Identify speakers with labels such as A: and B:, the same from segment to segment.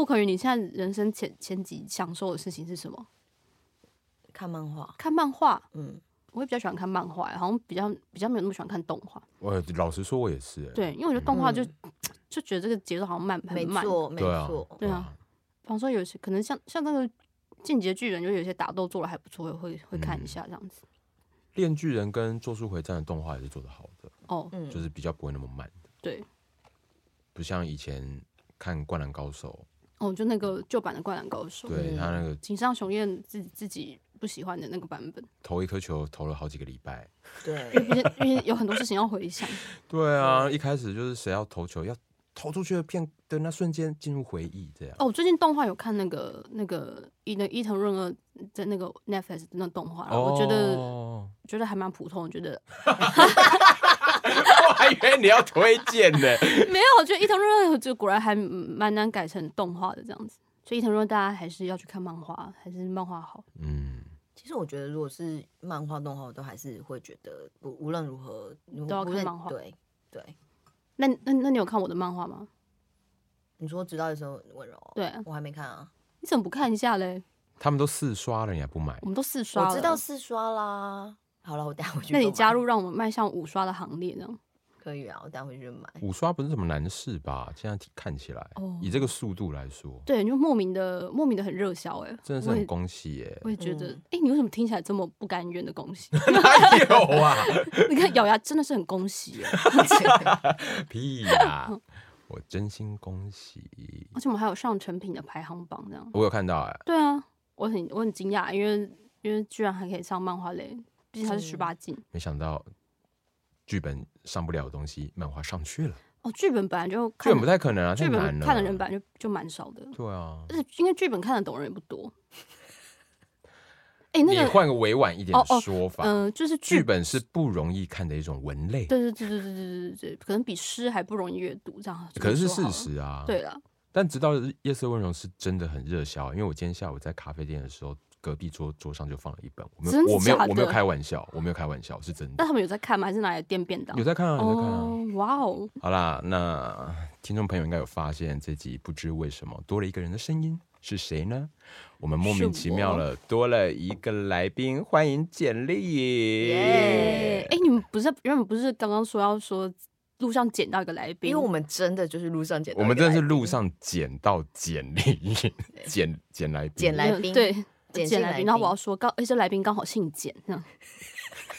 A: 吴可云，你现在人生前前几享受的事情是什么？
B: 看漫画，
A: 看漫画，
B: 嗯，
A: 我会比较喜欢看漫画，欸好像比较比较没有那么喜欢看动画。
C: 我呃老实说，我也是、欸。
A: 对，因为我觉得动画就、就觉得这个节奏好像慢
B: 嗯没
A: 很慢。
B: 错没
C: 对啊，
B: 错，
A: 对啊，比方说有些可能像像那个《进击的巨人》，就有些打斗做的还不错，会会看一
C: 嗯
A: 下这样子。
C: 炼巨人》跟《咒术回战》的动画也是做得好的，
A: 哦，
B: 嗯，
C: 就是比较不会那么慢，
A: 对，
C: 不像以前看《灌篮高手
A: 哦，就那个旧版的《灌篮高》手》
C: 对，，
B: 嗯
C: 他那个
A: 井上雄彦自己自己不喜欢的那个版本，
C: 投一颗球投了好几个礼拜。
B: 对，
A: 因为因为有很多事情要回想。
C: 对啊，
A: 哦
C: 一开始就是谁要投球，要投出去的片的那瞬间进入回忆，这样。
A: 哦，我最近动画有看那个那个伊藤伊藤润二在那个 Netflix 的那动画，然啊后我觉得
C: 哦
A: 觉得还蛮普通，我觉得
C: 我还以为你要推荐呢。
A: 没有，我觉得伊藤润二就果然还蛮难改成动画的这样子。所以伊藤润二大家还是要去看漫画，还是漫画好。
C: 嗯，
B: 其实我觉得，如果是漫画、动画，我都还是会觉得不无论如何都
A: 都要看漫画
B: 对对，
A: 那那那你有看我的漫画吗？
B: 你说直到一生温柔，哦
A: 对啊，
B: 我还没看啊，
A: 你怎么不看一下嘞？
C: 他们都四刷了，你还不买
A: 我？们都四刷了，
B: 我知道四刷啦。好了，我带回去。
A: 那你加入让我们迈向五刷的行列，这样
B: 可以啊，我带回去买。
C: 五刷不是什么难事吧？现在看起来
A: 哦，
C: 以这个速度来说，
A: 对，你就莫名的莫名的很热销哎，
C: 真的是
A: 我
C: 很
A: 也
C: 恭喜耶！
A: 我也觉得，哎、
B: 嗯
A: 你为什么听起来这么不甘愿的恭喜？
C: 哪有啊？
A: 你看咬牙真的是很恭喜耶，
C: 屁呀、我真心恭喜！
A: 而且我们还有上成品的排行榜这样。
C: 我有看到哎、
A: 对啊，我很我很惊讶，因为因为居然还可以上漫画类，毕竟它是
C: 嗯
A: 十八禁。
C: 没想到剧本上不了的东西，漫画上去了。
A: 哦，剧本本来就
C: 剧
A: 看
C: 本不太可能啊，
A: 剧
C: 太难
A: 本
C: 了。
A: 看的人哎本来就就蛮少的，
C: 对啊，
A: 而且因为剧本看得懂的人也不多。哎、那
C: 你
A: 个
C: 换个委婉一点
A: 哦哦
C: 的说法，
A: 嗯、就是
C: 剧
A: 剧
C: 本是不容易看的一种文类，
A: 对对对对对对对对，可能比诗还不容易阅读，这样这么
C: 可是是
A: 说好
C: 事
A: 了。
C: 实啊。
A: 对，了，
C: 但直到夜色温柔是真的很热销，因为我今天下午在咖啡店的时候，隔壁桌桌上就放了一本，我没
A: 真
C: 有，
A: 的
C: 我没有
A: 假，的
C: 我没有开玩笑，我没有开玩笑，是真
A: 那
C: 的。
A: 他们有在看吗？还是拿来垫便当
C: 有？在看啊，有在看啊。
A: 哦，哇哦，
C: 好啦，那听众朋友应该有发现，这集不知为什么多了一个人的声音，是谁呢？我们莫名其妙了，多了一个来宾，欢迎简历。
B: 耶
A: 哎、你们不是原本不是刚刚说要说路上捡到一个来宾，
B: 因为我们真的就是路上捡到
C: 我
B: 一个来宾，
C: 们真的是路上捡到简历，捡捡来宾，
B: 捡来宾
A: 嗯对
B: 捡
A: 捡
B: 新
A: 来
B: 来
A: 宾，
B: 宾
A: 然后我要说刚，而哎且来宾刚好姓简，这 样。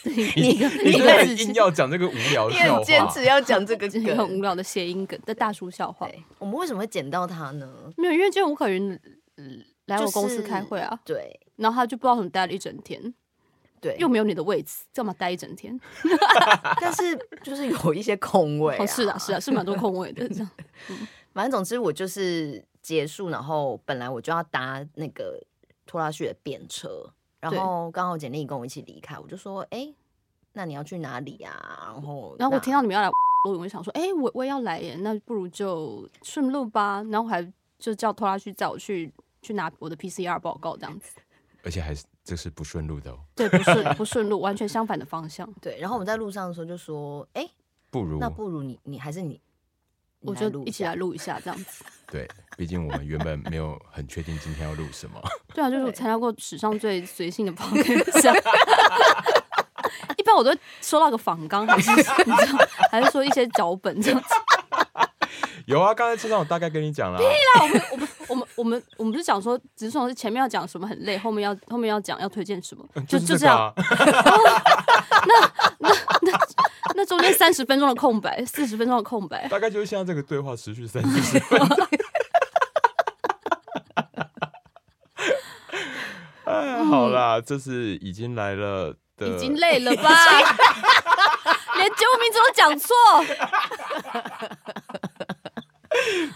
A: 对
C: 你
A: 一个
C: 你
A: 一个
C: 真的
A: 字
C: 很
A: 是
C: 硬要讲这个无聊
B: 你
C: 笑
B: 很坚
C: 话
B: 持。要讲这 个
A: 这是很无
B: 梗。
A: 聊的谐音梗，在大叔笑话。
B: 对，我们为什么会捡到他呢？
A: 没有，因为今天吴可云、呃来
B: 就
A: 我公司
B: 是
A: 开会啊，
B: 对
A: 然后他就不知道怎么待了一整天，
B: 对，
A: 又没有你的位置，干嘛待一整天？
B: 但是就是有一些空位、
A: 哦，是啊，是啊，是蛮多空位 的这样。
B: 反正总之我就是结束，然后本来我就要搭那个拖拉机的便车，然
A: 对
B: 后刚好简历跟我一起离开，我就说：“哎、那你要去哪里啊？”然后
A: 然后我听
B: 到
A: 到你们要来，我就想说，哎、我我也要来耶，那不如就顺路吧。然后还就叫拖拉去载我去去拿我的 PCR 报告，这样子。
C: 而且还是这是不顺路的、哦，
A: 对，不顺不顺路，完全相反的方向。
B: 对，然后我们在路上的时候就说：“哎、
C: 不如
B: 那不如你你还是你，你
A: 我就
B: 录
A: 一起
B: 下
A: 来录一下这样 子。
C: 对，毕竟我们原本没有很确定今天要录什么。
A: 对啊，就是我
B: 对
A: 参加过史上最随性的 podcast。一般我都会收到个访纲，还是你知道，还是说一些脚本这样子。
C: 有啊，刚才车上我大概跟你讲了啊，
A: 我们我们我们就讲说，只是说是前面要讲什么很累，后面要后面要讲要推荐什么，
C: 嗯
A: 就就
C: 就是这
A: 这
C: 个
A: 样。
C: 啊、
A: 那中间三十分钟的空白，四十分钟的空白，
C: 大概就是现在这个对话持续三十分钟。
B: 啊
C: 哎，好啦，这是已经来了的，
A: 已经累了吧？ 连节目名字都讲错，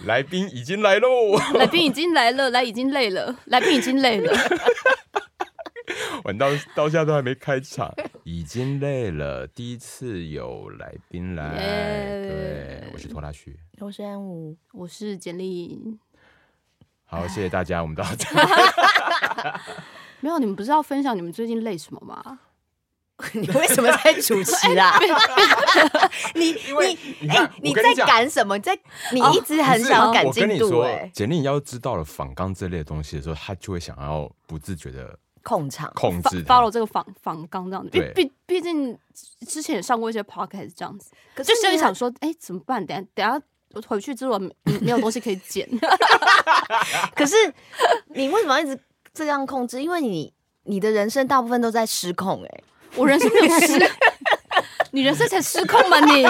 C: 来宾已经来喽，
A: 来宾已经来了，来已经累了，来宾已经累了。
C: 晚到到现在都还没开场，已经累了。第一次有来宾来
A: 耶
C: 对，我是拖拉旭。
B: 我 是安武，
A: 我是简历，
C: 好，谢谢大家，
B: 哎
C: 我们到这。
A: 没有，你们不是要分享你们最近累什么吗？
B: 你为什么在 主
A: 哎
B: 持啊？你
C: 因为
B: 你
C: 你看
B: 哎、
C: 我
B: 你
C: 跟你
B: 在
C: 讲
B: 赶什么？你在你
A: 哦
B: 一直很
C: 不是
B: 想要赶
C: 我跟
B: 进
C: 你
B: 度
C: 说
B: 哎、，
C: 简历要知道了仿纲这类的东西的时候，他就会想要不自觉的
B: 控场
C: 控制它
A: follow 这个仿仿纲这样子，毕
C: 对
A: 毕毕竟之前也上过一些 podcast 这样子，
B: 可是
A: 就心里
B: 你
A: 想说，哎、怎么办？等下等下我回去之后没没有东西可以剪，
B: 可是你为什么要一直这样控制？因为你你的人生大部分都在失控哎、
A: 我人生没有 失，你人生才失控吧你？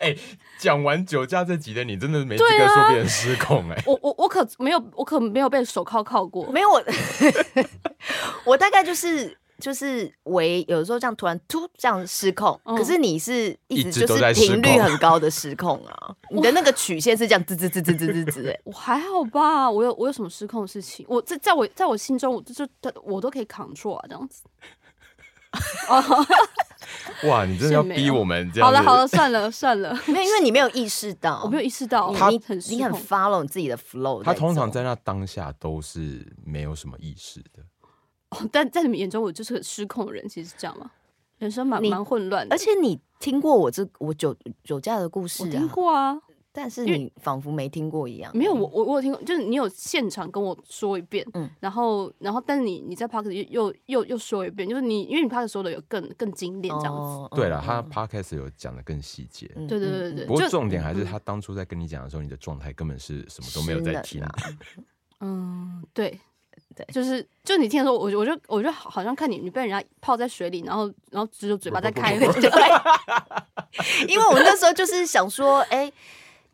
C: 哎、讲完酒驾这集的你，真的没资
A: 对
C: 格
A: 啊
C: 说别人失控哎、
A: 我我我可没有，我可没有被手铐铐过。
B: 没有我， 我大概就是就是为有时候这样突然突这样失控，
A: 嗯
B: 可是你是一直
C: 一直
B: 就
C: 都在
B: 是
C: 失
B: 频
C: 控
B: 率很高的失控 啊，你的那个曲线是这样滋滋滋滋滋滋滋哎，
A: 我还好吧，我有我有什么失控的事情？我在在我在我心中，我就就我都可以 control 啊，这样子。
C: 哇，你真的要
A: 是没有
C: 逼我们这样
A: 好
C: 子
A: 了好了，算了算了，
B: 没有，因为你没有意识到，
A: 我没有意识到
B: 你
A: 你很失
B: 你很
A: 控
B: follow 你自己的 flow，
C: 他通常
B: 走
C: 在那当下都是没有什么意识的。
A: 哦 但在你们眼中，我就是个失控的人，其实是这样吗？人生蛮
B: 你
A: 蛮混乱的，
B: 而且你听过我这我酒酒驾的故事
A: 我
B: 啊，
A: 听过啊，
B: 但是
A: 因为
B: 你仿佛没听过一样。啊
A: 没有我我我有听过，就是你有现场跟我说一遍，
B: 嗯
A: 然后然后但是你你在 park 又又又又说一遍，就是你因为你 park 说的有更更精炼这样子，
B: 哦
C: 对了，他 podcast 有讲的更细节。
B: 嗯
A: 对对对
B: 嗯
A: 对
C: 不过
A: 就
C: 重点还
A: 嗯
C: 是他当初在跟你讲的时候，你的状态根本是什么都没有在听
B: 是。
A: 嗯，对，
B: 对
A: 就是就你听的时候，我就我就我就好好像看你你被人家泡在水里，然后然后只有嘴巴在开，
B: 因为我那时候就是想说，哎、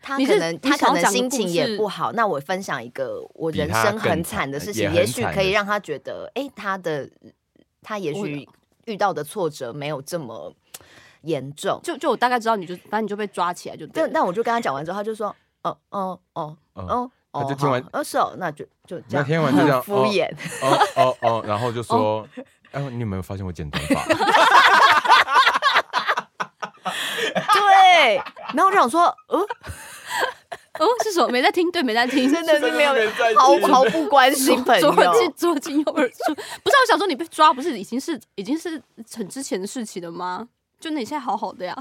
B: 他
A: 你
B: 可
A: 是
B: 能
A: 你
B: 他
A: 想要
B: 可能
A: 讲的
B: 心
A: 故
B: 情也
A: 事
B: 不好，那我分享一个我
C: 比
B: 人
C: 他
B: 生很
C: 更
B: 惨的
C: 惨
B: 事
C: 也
B: 情，
C: 很
B: 也许
C: 惨
B: 可以
C: 的
B: 让他觉得，哎、他的他也
A: 我
B: 许遇到的挫折没有这么严重。
A: 就 就我大概知道你就反正你就被抓起来就对
B: 但
A: 了。
B: 那我就跟他讲完之后，他就说，哦哦哦
C: 嗯
B: 哦。
C: 他
B: 哦，
C: 就听完
B: 好哦，是哦，那就就这
C: 那
B: 样，
C: 天晚就这样
B: 很敷
C: 哦
B: 衍，
C: 哦哦哦，然后就说：“哎，你有没有发现我剪短 发？
B: 对。然后我就想说， 呃，
A: 哦，是什么？没在听，对，没在听，
B: 真的是 没有
C: 没在
B: 毫
C: 听
B: 毫不关心朋
A: 左
B: 友，
A: 耳进左耳进右耳出。不是，我想说你被抓，不是已经是已经是很之前的事情了吗？就你现在好好的呀，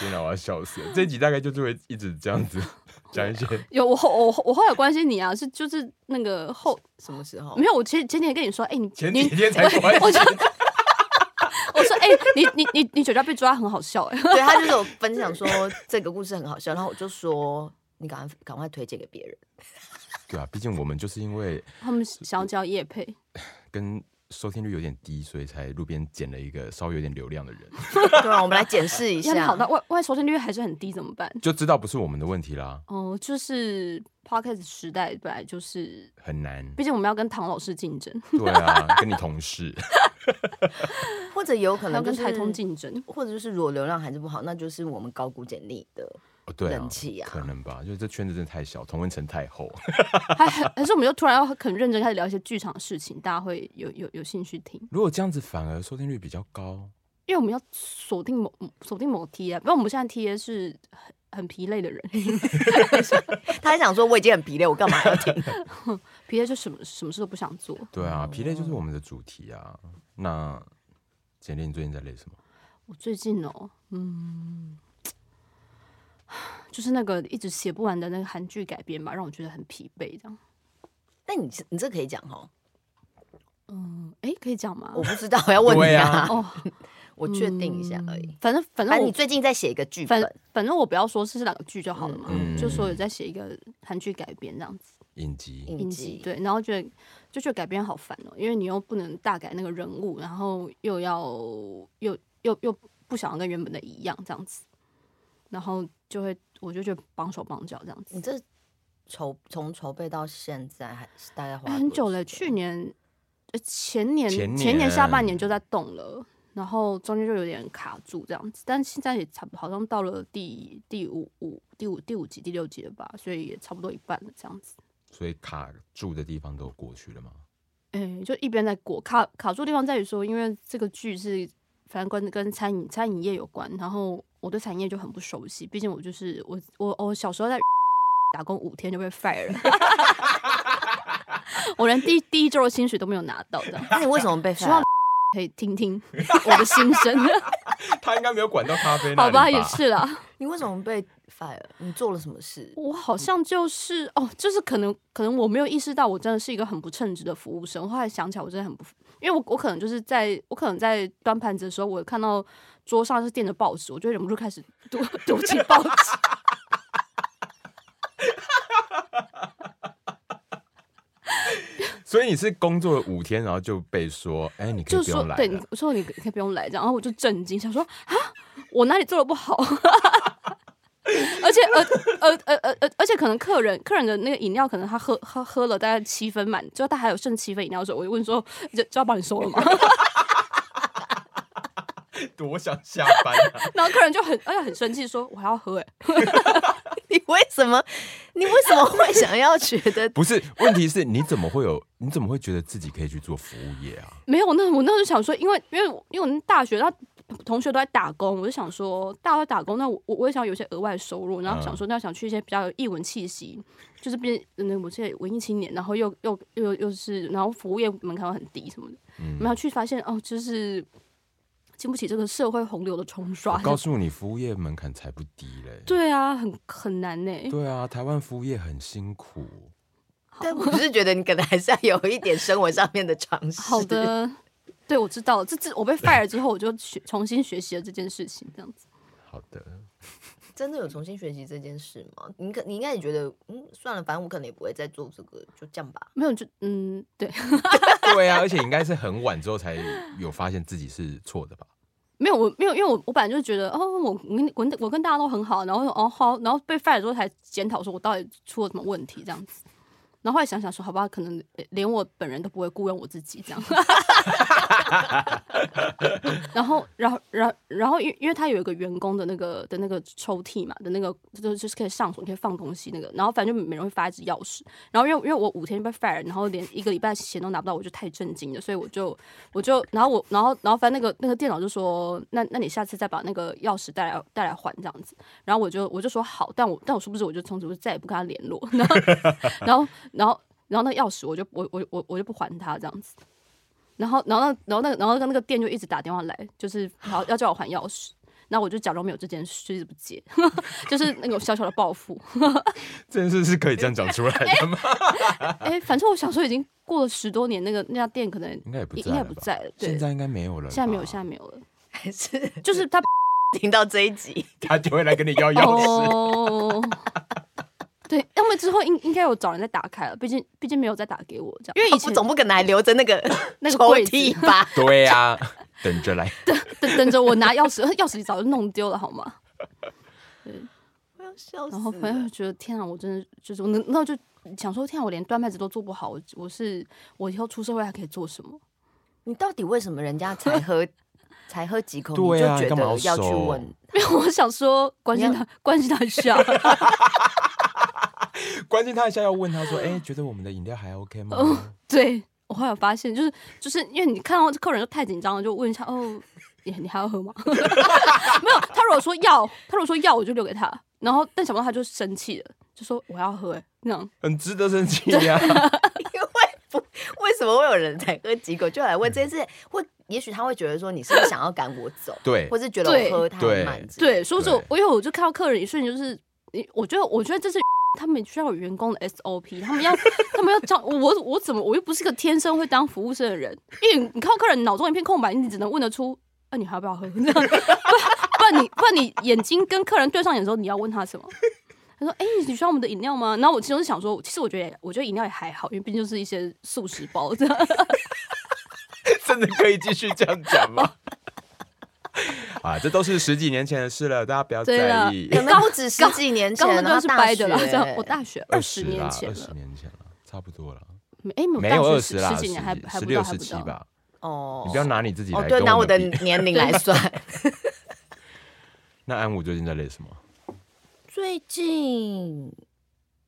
C: 天哪，我要笑死了！这集大概就是会一直这样子 讲一些
A: 有我后我我后来有关心你啊，是就是那个后
B: 什么时候
A: 没？有，我前前几天跟你说，哎、你
C: 前
A: 你
C: 几天才关
A: 我就我说，哎、你你你你酒驾被抓很好笑哎、
B: 对他就是有分享说这个故事很好笑，然后我就说你赶快赶快推荐给别人。
C: 对啊，毕竟我们就是因为
A: 他们想要叫叶佩。
C: 跟收听率有点低，所以才路边捡了一个稍微有点流量的人，
B: 对啊，我们来检视一
A: 压力
B: 下
A: 好。大，外外收听率还是很低，怎么办？
C: 就知道不是我们的问题啦，
A: 哦，就是 podcast 时代本来就是，
C: 很难。
A: 毕竟我们要跟唐老师竞争，
C: 对啊，跟你同事，
B: 或者有可
A: 还要
B: 能就
A: 跟
B: 是
A: 台通竞争。
B: 或者就是如果流量还是不好，那就是我们高估简历的。
C: 哦，对啊
B: 人气，啊
C: 可能吧，就是这圈子真的太小，同温层太厚。
A: 还还还是我们就突然要很认真开始聊一些剧场的事情，大家会有有有兴趣听，
C: 如果这样子，反而收听率比较高。
A: 因为我们要锁定某锁定某 T A，不然我们现在 T A 是很很疲累的人
B: 他还想说我已经很疲累，我干嘛要听？
A: 疲累就什么什么事都不想做。
C: 对啊，疲累就是我们的主题啊。那简历，你最近在累什么？
A: 我最近哦，嗯，就是那个一直写不完的那个韩剧改编吧，让我觉得很疲惫。这样，
B: 那你这你这可以讲哦，
A: 嗯，哎，可以讲吗？
B: 我不知道，我要问
C: 对
B: 你
C: 啊
B: 啊，
A: 哦，
B: 我确定一下而已。
A: 反正反
B: 反
A: 正
B: 正
A: 我
B: 你最近在写一个剧
A: 反
B: 本，
A: 反正我不要说是哪个剧就好了嘛，
C: 嗯嗯
A: 就说有在写一个韩剧改编这样子，
C: 影集
B: 影
A: 影集
B: 集
A: 对，然后觉得就觉得改编好烦哦、因为你又不能大改那个人物，然后又要又又又不想要跟原本的一样这样子，然后就会我就觉得绑手绑脚这样子
B: 你，这筹从筹备到现在还是大概花
A: 哎
B: 了
A: 很
B: 多
A: 久
B: 时
A: 了，
B: 间
A: 去年呃前年
C: 前年
A: 前年下半年就在动了。然后中间就有点卡住这样子，但现在也差不好像到了第第五五第五第五集第六集了吧，所以也差不多一半了这样子。
C: 所以卡住的地方都过去了吗？
A: 诶，就一边在过卡卡住的地方在于说，因为这个剧是反正跟跟餐饮餐饮业有关，然后我对餐饮业就很不熟悉，毕竟我就是我我我小时候在打工五天就被 fire 了， 我连第第一周的薪水都没有拿到，这样
B: 那你为什么被
A: 希望
B: fire？
A: 可以听听我的心声，
C: 他应该没有管到咖啡那
A: 好
C: 里吧？
A: 吧，也是啦。
B: 你为什么被 fire？你做了什么事？
A: 我好像就是哦，就是可能可能我没有意识到我真的是一个很不称职的服务生。我后来想起来，我真的很不，因为我我可能就是在我可能在端盘子的时候，我看到桌上是垫着报纸，我就忍不住开始读读起报 纸。
C: 所以你是工作了五天，然后就被说，哎、你可
A: 就
C: 以
A: 是
C: 不
A: 说
C: 用来
A: 对，你
C: 了。
A: 我说你可以不用来这样，然后我就震惊，想说啊，我哪里做的不好？ 而且呃呃呃呃呃，而且可能客人客人的那个饮料，可能他喝喝喝了大概七分满，之后他还有剩七分饮料的时候，我就问说，就就要帮你收了吗？
C: 多想下班啊！
A: 然后客人就很哎呀很生气，说我还要喝哎、
B: 你为什么？你为什么会想要觉得
C: 不是，问题是你怎么会有？你怎么会觉得自己可以去做服务业啊？
A: 没有，那我那时候想说，因为因为我因为我们大学，他同学都在打工，我就想说，大家都在打工，那我我我也想有些额外收入，然后
C: 嗯
A: 想说，那想去一些比较有艺文气息，就是变嗯，我这文艺青年，然后又又又又是，然后服务业门槛又很低什么的，
C: 嗯
A: 然后去发现哦，就是经不起这个社会洪流的冲刷
C: 我，告诉你，服务业门槛才不低嘞。
A: 哎对啊，很很难呢、
C: 对啊，台湾服务业很辛苦。
B: 但我是觉得你可能还是要有一点生活上面的尝试。
A: 好，的，对，我知道了。这次我被 fire 之后，我就学重新学习了这件事情，这样子。
C: 好的，
B: 真的有重新学习这件事吗？你可你应该也觉得，嗯，算了，反正我可能也不会再做这个，就这样吧。
A: 没有就嗯，对，
C: 对啊，而 且应该是很晚之后才有发现自己是错的吧？
A: 没有我没有，因为我我本来就觉得哦，我跟我跟我跟大家都很好，然后哦好，然后被 fire 之后才检讨说我到底出了什么问题这样子。然后后来想想说，好吧，可能呃连我本人都不会雇佣我自己这样。然后，然后，然后，然后，因为因为他有一个员工的那个的那个抽屉嘛，的那个就就是可以上锁，你可以放东西那个。然后反正就每人会发一支钥匙。然后因为因为我五天被 fire，然后连一个礼拜钱都拿不到，我就太震惊了，所以我就我就然后我然后然后反正那个那个电脑就说，那那你下次再把那个钥匙带来带来还这样子。然后我就我就说好，但我但我殊不知我就从此我就再也不跟他联络。 然后然后然后然后那个钥匙我就我我我我就不还他这样子。然后然后那然后那个然后那个那个店就一直打电话来，就是好要叫我还钥匙。然后我就假装没有这件事，就一直不接， 就是那种小小的报复。
C: 这件事是可以这样讲出来的吗？
A: 哎、反正我小时候已经过了十多年，那个那家店可能
C: 应该也嗯不
A: 应
C: 在了
A: 该
C: 吧
A: 不在了。对，
C: 现在应该没有了吧。
A: 现在没有，现在没有了。
B: 还 是
A: 就是他
B: 听到这一集，
C: 他就会来跟你 要钥匙。
A: 哦，对，要么之后应应该有找人再打开了，毕竟毕竟没有再打给我这样，因为以前
B: 总不可能还留着那个
A: 那个
B: 抽
A: 柜子
B: 屉 吧？
C: 对啊， 等着来。
A: 等等着我拿钥匙，钥匙早就弄丢了好吗？
B: 我要笑死
A: 然后反正
B: 了。
A: 就觉得天啊，我真的就是我那那我就想说，天啊，我连端麦子都做不好，我我是我以后出社会还可以做什么？
B: 你到底为什么人家才喝才喝几口，你
C: 对
B: 就
C: 啊
B: 觉
C: 干嘛
B: 得
C: 要
B: 要去
C: 收
B: 问？
A: 因为我想说关心
B: 你要
A: 他，关心他一下，
C: 关键他一下要问他说：“哎、觉得我们的饮料还 OK 吗？”
A: 哦对。我后来发现，就是就是因为你看到客人就太紧张了，就问一下哦，你你还要喝吗？ 没有，他如果说要，他如果说要，我就留给他。然后但想不到他就生气了，就说我要喝、欸，那样
C: 很值得生气呀、啊。，
B: 因为不 为什么会有人才喝几口就来问这件事？或也许他会觉得说你是不是想要赶我走
C: 对
B: 或是觉得我喝太
C: 对
B: 慢之类的，
A: 对，所以说我因为我就看到客人一瞬间就是，你我觉得我觉得这是他们需要有员工的 SOP，他们要他们要教我我怎么我又不是个天生会当服务生的人，因为你看到客人脑中一片空白，你只能问得出，啊你还要不要喝？ 这样，不然不然你不然你眼睛跟客人对上眼的时候，你要问他什么？他说：“哎、你需要我们的饮料吗？”然后我其实是想说，其实我觉得也，我觉得饮料也还好，因为毕竟就是一些速食包这样。
C: 真的可以继续这样讲吗？ 啊，这都是十几年前的事了，大家不要
A: 对
C: 在
A: 了
C: 意。
B: 可能不止十几年前，
A: 刚刚
B: 然
A: 那
B: 后
A: 是
B: 大
A: 掰
B: 学
A: 的啦，这样我大学二十年
C: 啦
A: 前
C: 二十
A: 了，
C: 年前了，差不多了，
A: 没哎，
C: 没
A: 有
C: 有
A: 大
C: 二
A: 学
C: 十
A: 十
C: 啦，
A: 十几年还还不
C: 十
A: 到，
C: 六、
A: 还
C: 十
A: 不
C: 七
A: 到。
C: 吧。
B: 哦
C: 你不要拿你自己
B: 哦，
C: 来
B: 对，
C: 跟
B: 拿
C: 我
B: 我
C: 们
B: 的
C: 比。
B: 年龄来算。
C: 那安武最近在累什么？
B: 最近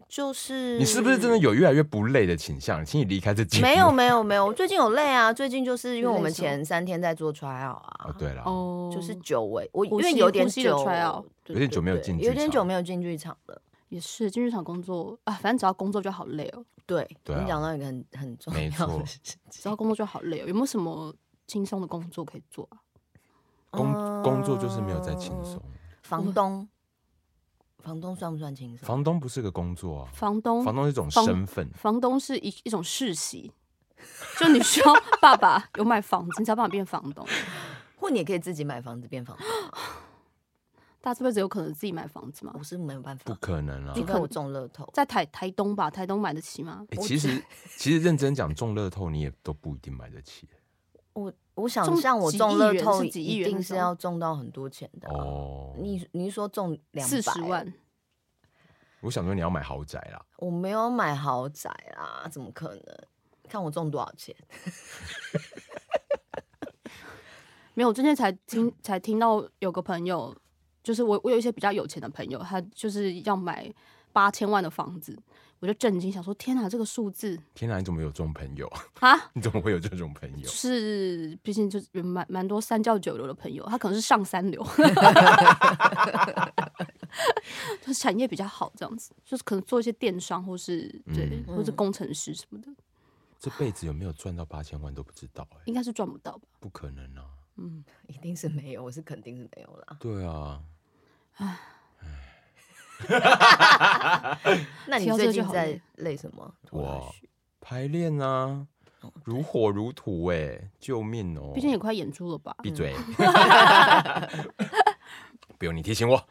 B: 就是
A: 嗯
C: 你是不是真的有越来越不累的倾向？请你离开这节目。
B: 没有没有没有，我最近有累啊，最近就是因为我
A: 你累
B: 们
A: 什么
B: 前三天在做 trial 啊
C: 哦，，对了，
A: 哦，
B: 就是久违，我因
A: 呼
B: 为
A: 吸
B: 有点
A: 呼吸的
B: 久
A: trial，
B: 对
C: 有点久没有
B: 对对
C: 进剧
B: 有点
C: 场
B: 久没有进剧场了。
A: 也是进剧场工作啊，反正只要工作就好累哦。
B: 对，
C: 对啊
B: 你讲到一个很很重
C: 没
B: 要
C: 错
B: 的事情，
A: 找到工作就好累哦。有没有什么轻松的工作可以做啊？
C: 工工作就是没有再
B: 在
C: 轻松。。
B: 哦房东，房东算不算轻松？
C: 房东不是个工作啊，
A: 房东，
C: 房
A: 房
C: 东是一种
A: 房
C: 身份，
A: 东是一一种世袭，就你需要爸爸有买房子，你才有办法变房东。
B: 或你也可以自己买房子变房东，
A: 大家这辈子有可能自己买房子吗？
B: 我是没有办
C: 不
B: 法，
C: 可能啊
B: 除。
A: 可
B: 非我中乐透。
A: 在台台东吧，台东买得起吗？
C: 欸
B: 我
C: 其
B: 觉
C: 实其实认真讲，中乐透你也都不一定买得起
B: 我我想
A: 中
B: 像我
A: 几
B: 中
A: 亿
B: 乐
A: 元
B: 透，
A: 是几亿
B: 一
A: 元
B: 定
A: 那
B: 是
A: 种
B: 要中到很多钱的啊、
C: 哦。
B: 你你是说中两
A: 四十万，
C: 我想说你要买豪宅啦，
B: 我没有买豪宅啦，怎么可能？看我中多少钱？
A: 没有，我最近才听才听到有个朋友，就是我我有一些比较有钱的朋友，他就是要买八千万的房子，我就震惊，想说天啊哪，这个数字
C: 天哪，你怎么有这种朋友？
A: 啊！
C: 你怎么会有这种朋友
A: 就？是毕竟就是有蛮蛮多三教九流的朋友，他可能是上三流， 就是产业比较好这样子，就是可能做一些电商或是对，
C: 嗯
A: 或是工程师什么的，
C: 这辈子有没有赚到八千万都不知道哎、
A: 应该是赚不到吧？
C: 不可能啊！
A: 嗯，
B: 一定是没有，我是肯定是没有啦。
C: 对啊，
B: 那你
A: 提到这个
B: 最
A: 就
B: 近
A: 好
B: 在
A: 累
B: 累什么？
C: 我排练啊，如火如荼哎、救命哦！
A: 哦毕竟嗯也快演出了吧？
C: 闭 嘴，不用你提醒我。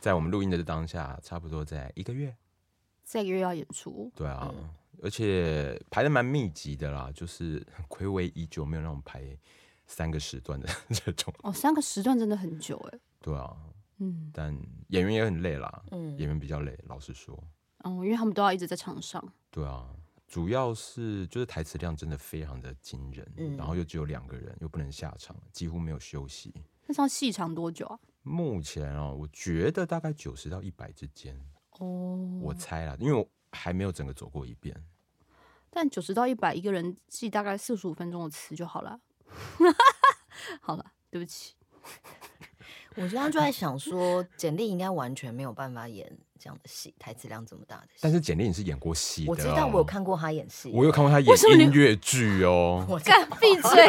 C: 在我们录音的当下，差不多在一个月，
A: 下个月要演出，
C: 对啊，
A: 嗯
C: 而且排的蛮密集的啦，就是 暌违已久，没有那种排三个时段的 这种，
A: 哦，三个时段真的很久哎、
C: 对啊，
A: 嗯。
C: 但演员也很累啦，
B: 嗯
C: 演员比较累，老实说，
A: 嗯，因为他们都要一直在场上，
C: 对啊，主要是就是台词量真的非常的惊人，
B: 嗯
C: 然后又只有两个人，又不能下场，几乎没有休息。
A: 那上戏长多久啊？
C: 目前哦，我觉得大概九十到一百之间，
A: 哦，
B: 嗯
C: 我猜啦，因为我还没有整个走过一遍。
A: 但九十到一百一个人记大概四十五分钟的词就好了。 好了，对不起，
B: 我刚刚就在想说，简历应该完全没有办法演这样的戏，台词量这么大的戏。
C: 但是简历你是演过戏的、哦
B: 我知道我有，看过他演戏，
C: 我有 看过他
A: 为什么
C: 演
A: 你
C: 音乐剧哦。
B: 我
A: 干闭嘴！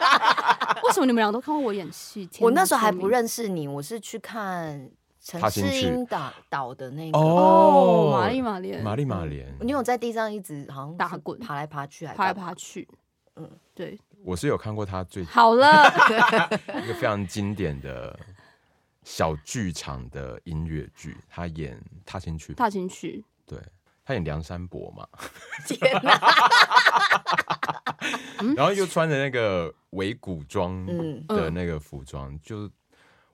A: 为什么你们俩都看过我演戏？天
B: 我
A: 哪
B: 那时候还不。
A: 救命
B: 认识你，我是去看陈
C: 踏进
B: 世
C: 去
B: 英导导的那个。
A: 哦
C: 哦，，
A: 玛丽玛莲，
C: 玛丽玛莲，
B: 你有在地上一直好像是
A: 打滚
B: 爬来爬去，还
A: 爬来
B: 干嘛
A: 爬去，嗯
B: 嗯，
A: 对，
C: 我是有看过他最
A: 好了，
C: 一个非常经典的小剧场的音乐剧，他演《踏青去》，
A: 踏进去，
C: 对他演梁山伯嘛，
B: 天哪！
C: 然后又穿着那个伪古装
B: 嗯
C: 的那个服装，就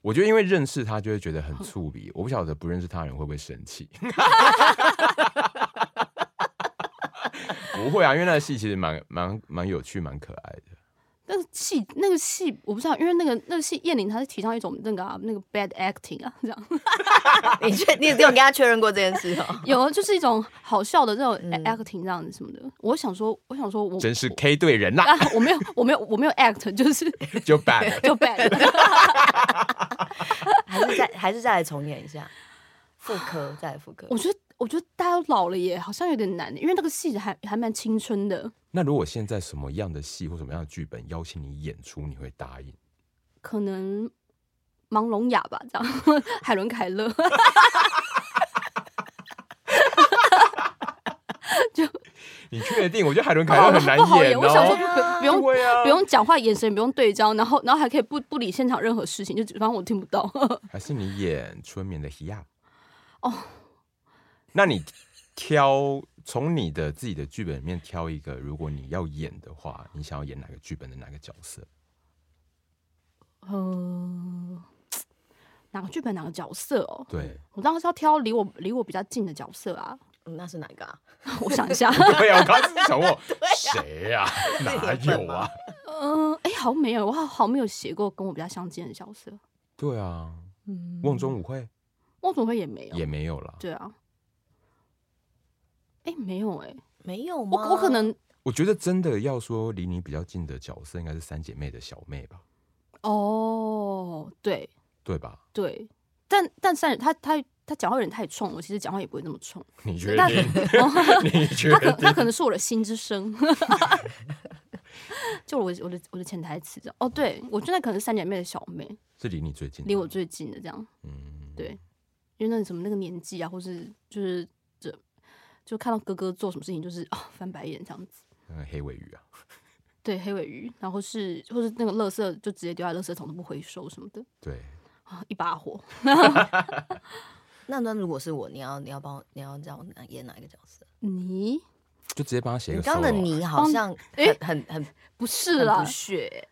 C: 我觉得因为认识他，就会觉得很触鼻。我不晓得不认识他的人会不会生气。 不会啊，因为那个戏其实蛮蛮蛮有趣、蛮可爱的。
A: 那个戏，那个戏我不知道，因为那个那个戏，燕玲她是提倡一种那个、啊、那个 bad acting 啊，这样
B: 你确你有跟他确认过这件事哦？
A: 有就是一种好笑的这种
B: 嗯
A: acting 这样子什么的。我想说，我想说我，
C: 真是 K 对人啦、
A: 啊，我没有，我没有，我没有 act，就是
C: 就办了
A: 就 bad。
B: 还是再还是再来重演一下复刻，再来复刻
A: 我。觉得，我觉得大家都老了耶，好像有点难，因为那个戏还还蛮青春的。
C: 那如果现在什么样的戏或什么样的剧本邀请你演出，你会答应？
A: 可能盲聋哑吧，这样海伦凯勒。
C: 你确定？我觉得海伦凯 勒很难
A: 不好
C: 演
A: 我想说
C: 哦。
A: 不不用
C: 对啊
A: 不用讲话，眼神也不用对焦，然后然后还可以不不理现场任何事情，就只反正我听不到。
C: 还是你演春眠的希亚？
A: 哦，
C: 那你挑从你的自己的剧本里面挑一个，如果你要演的话，你想要演哪个剧本的哪个角色？
A: 嗯，哪个剧本哪个角色哦？
C: 对，
A: 我当时要挑离我离我比较近的角色啊，
B: 嗯那是哪一个啊？
A: 我想一下，
C: 对啊，我刚刚想问
A: 啊
C: 谁呀、哪有啊？
A: 嗯，哎、好像没有，我好好像没有写过跟我比较相近的角色，
C: 对啊，
A: 嗯，
C: 瓮中舞会
A: 汪总会也没有，
C: 也没有啦。
A: 对啊，哎、没有哎、
B: 没有吗？
A: 我我可能
C: 我觉得真的要说离你比较近的角色，应该是三姐妹的小妹吧？
A: 哦，对
C: 对吧？
A: 对，但但三她她他讲话有点太冲，我其实讲话也不会那么冲。
C: 你确
A: 那
C: 定？ 你确
A: 他可
C: 定？
A: 他可能是我的心之声， 就我我的我的潜台词这样。哦，对我现在可能是三姐妹的小妹，
C: 是离你最近的，
A: 离我最近的这样。
C: 嗯，
A: 对，因为那什么那个年纪啊，或是就是这就看到哥哥做什么事情，就是啊、翻白眼这样子。
C: 那个黑尾鱼啊，
A: 对，黑尾鱼，然后是或是那个垃圾就直接丢在垃圾桶都不回收什么的
C: 对，
A: 啊，一把火。
B: 那那如果是我，你要你要帮我，你要让我哪演哪一个角色？
A: 你
C: 就直接帮他写
B: 你
C: 个
B: 刚刚的
C: solo 啊
B: 你好像很
A: 诶
B: 很很
A: 不是啊
B: 很
A: 啦
B: 不，屑，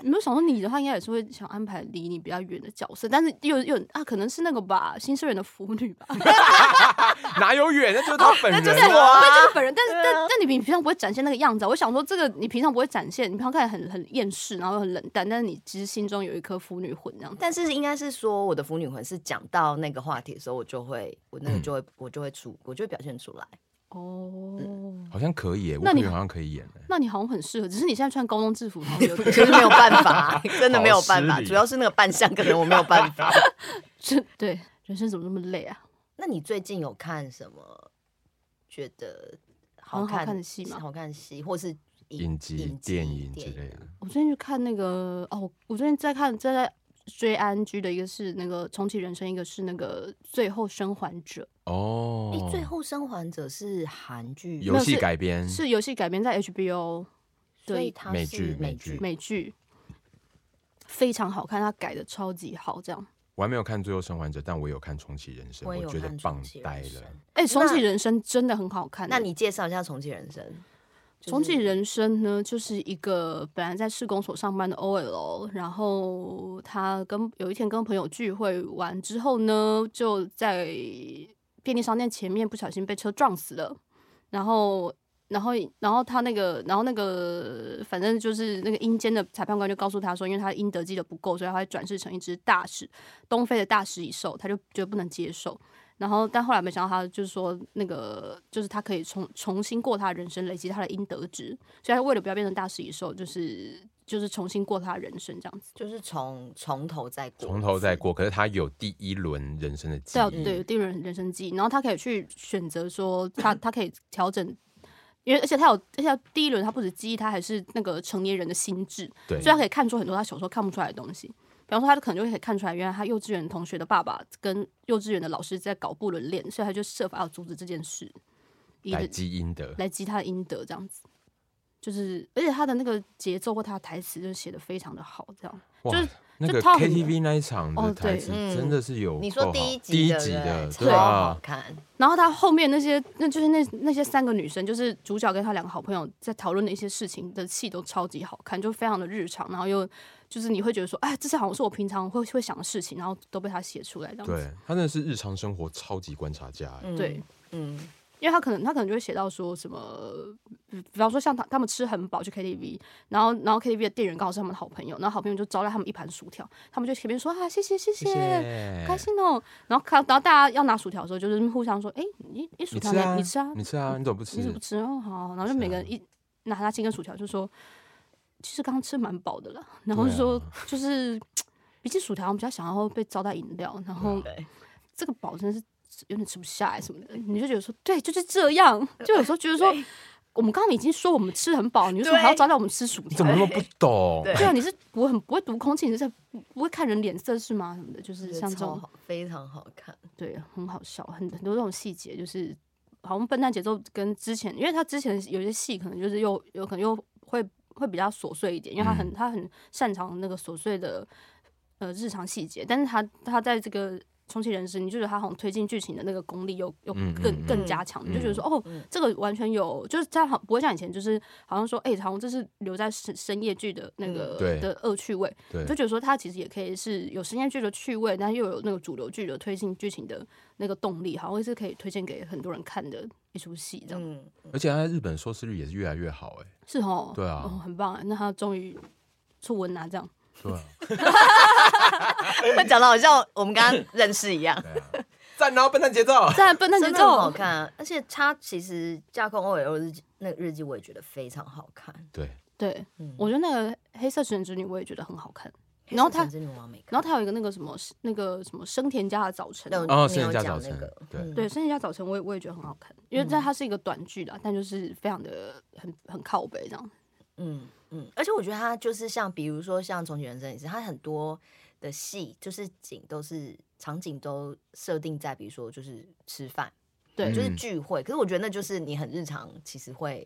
A: 你没有想说你的话，应该也是会想安排离你比较远的角色，但是又又啊，可能是那个吧，新社员的腐女吧，
C: 哪有远？那就是他本人、啊，
A: 对，对，就是本人。但是、但但你平平常不会展现那个样子、啊，我想说这个你平常不会展现，你平常看起来很很厌世，然后很冷淡，但是你其实心中有一颗腐女魂这样子。
B: 但是应该是说我的腐女魂是讲到那个话题的时候，我就会我
C: 嗯
B: 那个就会、我就会出我就会表现出来。
A: 哦。
C: 好像可以耶，我
A: 那
C: 朋
A: 你
C: 友好像可以演耶
A: 那你好像很适合，只是你现在穿高中制服，好像有
B: 可是没有办法，真的没有办
C: 好失
B: 法，
C: 礼
B: 主要是那个扮相，可能我没有办 法。
A: 这对人生怎么那么累啊？
B: 那你最近有看什么觉得好
A: 很哦好
B: 看
A: 看的戏吗
B: 好看的戏，或是
C: 影集、电影之类的。。
A: 我最近去看那个哦，我最近在看在在追 ING 的一个是那个重启人生，一个是那个最后生还者，
C: 哦，
B: 哎、最后生还者是韩剧，
C: 游戏改编
A: 是游戏改编在 HBO
B: 所
A: 对
B: 以它
C: 美
B: 是
C: 剧美
B: 美
C: 剧
B: 剧。
A: 美剧，非常好看，它改的超级好，这样。
C: 我还没有看《最后生还者》，但我有看《重启人生》，
B: 我也有
C: 觉得
B: 看重
C: 棒
B: 启人
C: 呆
B: 生
C: 了。
A: 哎、重启
B: 那
A: 人生真的很好看欸。
B: 那你介绍一下《重启人生》就是？
A: 重启人生呢，就是一个本来在市公所上班的 OL，然后他跟有一天跟朋友聚会完之后呢，就在便利商店前面不小心被车撞死了，然后。然后，然后他那个，然后那个，反正就是那个阴间的裁判官就告诉他说，因为他阴德积的不够，所以他会转世成一只大使，东非的大食蚁兽，他就觉得不能接受。然后，但后来没想到他就是说，那个就是他可以重重新过他的人生，累积他的应得值。所以他为了不要变成大食蚁兽，就是就是重新过他的人生这样子。
B: 就是从从头再过，
C: 从头再。过，可是他有第一轮人生的记
A: 对啊，
C: 忆，
A: 对，有第人人生记忆，然后他可以去选择说他他可以调整，因为而且他有而且他第一轮他不止记忆，他还是那个成年人的心智，
C: 对
A: 所以他可以看出很多他小时候看不出来的东西。比方说，他可能就可以看出来，原来他幼稚园同学的爸爸跟幼稚园的老师在搞不伦恋，所以他就设法要阻止这件事。以
C: 来基因的，
A: 来积他的阴德，这样子。就是，而且他的那个节奏或他的台词就写的非常的好，这样。
C: 哇
A: 就是，
C: 那个
A: 就套很
C: KTV 那一场的
A: 哦
C: 台
A: 对
C: 词
B: 嗯
C: 真的是有
B: 你
C: 够
B: 说
C: 好
B: 第一集
C: 第一
B: 对不
C: 集的，
B: 对
C: 对
B: 超好
C: 啊，
B: 看，嗯
A: 然后他后面那些，那就是那那些三个女生，就是主角跟他两个好朋友在讨论的一些事情的戏都超级好看，就非常的日常，然后又就是你会觉得说，哎，这是好像是我平常会会想的事情，然后都被他写出来这样子。
C: 对他真的是日常生活超级观察家，哎
B: 嗯
A: 对，
B: 嗯，
A: 因为他可能他可能就会写到说什么，比比方说像他他们吃很饱去 KTV，然后然后 KTV 的店员刚好是他们的好朋友，然后好朋友就招待他们一盘薯条，他们就前面说啊谢谢谢
C: 谢
A: 谢。
C: 谢，
A: 开心哦，然后看，然后大家要拿薯条的时候，就是互相说：“哎、你你薯
C: 你
A: 条
C: 吃
A: 没
C: 啊，
A: 你吃啊，
C: 你吃啊，你怎么不吃啊
A: 你？怎么不吃哦？”好，好然后就每个人一拿他几根薯条，就说：“其实刚刚吃蛮饱的了。”然后
C: 对啊
A: 说：“就是比起薯条，我们比较想要被招待饮料。”然后
B: 对，
A: 这个饱真的是有点吃不下来什么的，你就觉得说，对，就是这样。就有时候觉得说，我们刚刚已经说我们吃很饱，你为什么还要招待我们吃薯
C: 你
A: 条
C: 怎么？那么不懂？
B: 对
A: 对啊，你是我很不会读空气，你是在不不会看人脸色是吗？什么的，就是像这
B: 超
A: 种
B: 好，非常好看。
A: 对，很好笑，很很多这种细节，就是好像笨蛋节奏跟之前，因为他之前有些戏可能就是又有可能又会会比较琐碎一点，因为他很、
C: 嗯
A: 他很擅长那个琐碎的呃日常细节，但是他他在这个重启人生，你就觉得他好像推进剧情的那个功力又又
C: 嗯嗯
A: 更、
C: 嗯
A: 更加强，你就觉得说哦，
B: 嗯
A: 这个完全有，就是他好不会像以前就是好像说哎，好像这是留在深深夜剧的那个
C: 嗯、对
A: 的恶趣味，
C: 对
A: 就觉得说它其实也可以是有深夜剧的趣味，但又有那个主流剧的推进剧情的那个动力，好像是可以推荐给很多人看的一出戏，这样、
B: 嗯，
C: 而且他在日本收视率也是越来越好，哎，
A: 是哦，
C: 对啊
A: 哦很棒啊，那他终于出文拿这样，
C: 对啊，
B: 讲的好像我们刚刚认识一样。
C: 对啊，赞哦，笨蛋节奏，
A: 在笨蛋节
B: 真的很好
A: 奏，
B: 看、啊，而且它其实架空 OL 日记那个日记我也觉得非常好看，
C: 对。
A: 对
B: 嗯
A: 我觉得那个黑色情人之女我也觉得很好看，然后他
B: 黑色神之女王没看，
A: 然后他有一个那个什么那个什么生田家的早晨，啊
B: 对
C: 哦
B: 你有
C: 圣人家
B: 讲
C: 早
B: 那
C: 晨
B: 个
C: 对
B: 嗯
A: 对，《生田家早晨》我也我也觉得很好看，因为它它是一个短剧啦，但就是非常的很很靠北这样。
B: 嗯嗯，而且我觉得他就是像，比如说像《重启人生》也是，他很多的戏就是景都是场景都设定在，比如说就是吃饭，
A: 对
B: 就是
C: 嗯
B: 聚会。可是我觉得那就是你很日常，其实会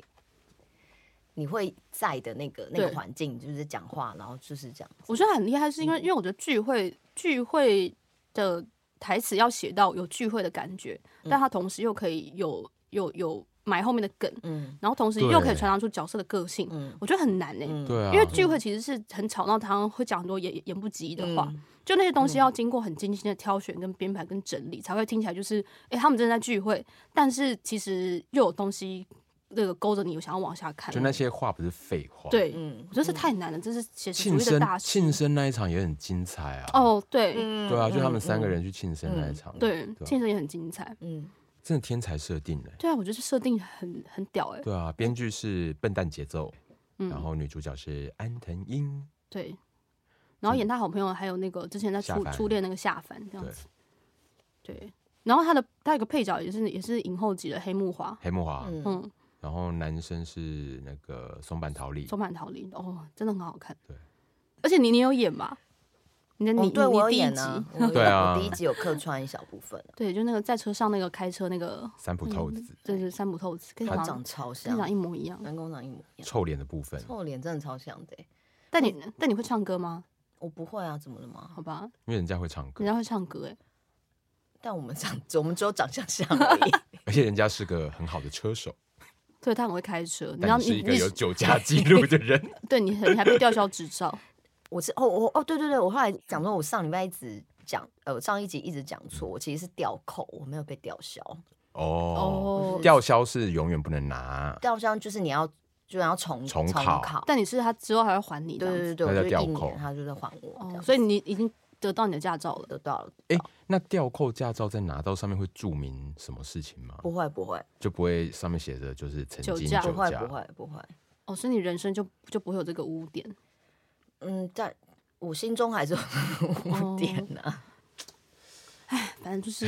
B: 你会在的那个那个
A: 对
B: 环境，就是讲话，然后就是这样子。
A: 我觉得很厉害，是因
C: 嗯
A: 为因为我觉得聚会聚会的台词要写到有聚会的感觉，
C: 嗯
A: 但它同时又可以有有有埋后面的梗，
B: 嗯
A: 然后同时又可以
C: 对
A: 传达出角色的个性，
B: 嗯
A: 我觉得很难呢、欸
B: 嗯，
C: 对啊，
A: 因为聚会其实是很吵闹，他会讲很多言言不及义的话，
B: 嗯
A: 就那些东西要经过很精心的挑选、跟编排、跟整理，才会听起来就是，诶，他们真的在聚会，但是其实又有东西那个勾着你，有想要往下看
C: 就。那些话不是废话。，
A: 对，
B: 嗯
A: 我觉得是太难了，这是写实
C: 庆
A: 主义的
C: 生
A: 大
C: 庆
A: 师。
C: 生那一场也很精彩啊。，
A: 哦，对
B: 嗯
C: 对啊，就他们三个。
B: 嗯
C: 人去庆生那一场，
A: 嗯对
C: 对，啊
A: 庆生也很精彩。
B: 嗯，
C: 真的天才设定嘞。
A: 对啊，我觉得设定很很屌哎。
C: 对啊，编剧是笨蛋节奏，然
A: 嗯，
C: 后女主角是安藤樱，
A: 对。然后演他好朋友，还有那个之前在
C: 下
A: 初
C: 凡
A: 初恋那个下凡这样
C: 对
A: 子。对。然后他的他有个配角也是也是影后级的黑木华，
C: 黑木华，
B: 嗯
A: 嗯，
C: 然后男生是那个松坂桃李，
A: 松坂桃李哦，真的很好看。
C: 对，
A: 而且你你有演吧？你的
B: 哦
A: 你、
B: 对
A: 你
B: 我有
A: 第一
B: 演
A: 集，
B: 啊， 我有
C: 对啊
B: 我第一集有客串一小部分啊，
A: 对，就那个在车上那个开车那个，
C: 三浦透子，
A: 就是三浦透子，跟你
B: 他
A: 长
B: 长超
A: 啊跟你长
B: 像
A: 一，模一样。
B: 南宫长一模一样，
C: 臭脸的部分，
B: 臭脸真的超像的欸。
A: 但你但你会唱歌吗？
B: 我不会啊，怎么了吗？
A: 好吧，
C: 因为人家会唱歌
A: 人，家会唱歌哎、
B: 但我们长，我们只有长相像而已。
C: 而且人家是个很好的车手，
A: 对他很会开车，你知道
C: 但你
A: 你
C: 是一个
A: 你
C: 有酒驾记录的 人，
A: 对你很你还被吊销执照，
B: 我是哦我哦对对对，我后来
C: 嗯
B: 讲说，我上礼拜一直讲，呃，我上一集一直讲错，我其实是吊扣，我没有被吊销。
C: 哦，
A: 哦
C: 吊销是永远不能拿，
B: 吊销就是你要就要重
C: 重
B: 重
C: 考
A: 但你是他之后还会还你
B: 对
A: 的，
B: 对对，我
C: 那
B: 就
C: 叫
B: 一
C: 吊
B: 年
C: 扣
B: 他就在还我这
A: 哦，
B: 样，
A: 所以你已经得到你的驾照了。
B: 得到了。
C: 哎，那吊扣驾照在拿到上面会注明什么事情吗？
B: 不会不会
C: 就不会上面写着就是曾经
A: 酒驾
B: 不
C: 酒
B: 会
C: 驾
B: 不，会不会，
A: 哦，所以你人生就就不会有这个污点。
B: 嗯，在我心中还是有
A: 哦
B: 污点啊呢、
A: 反正 就是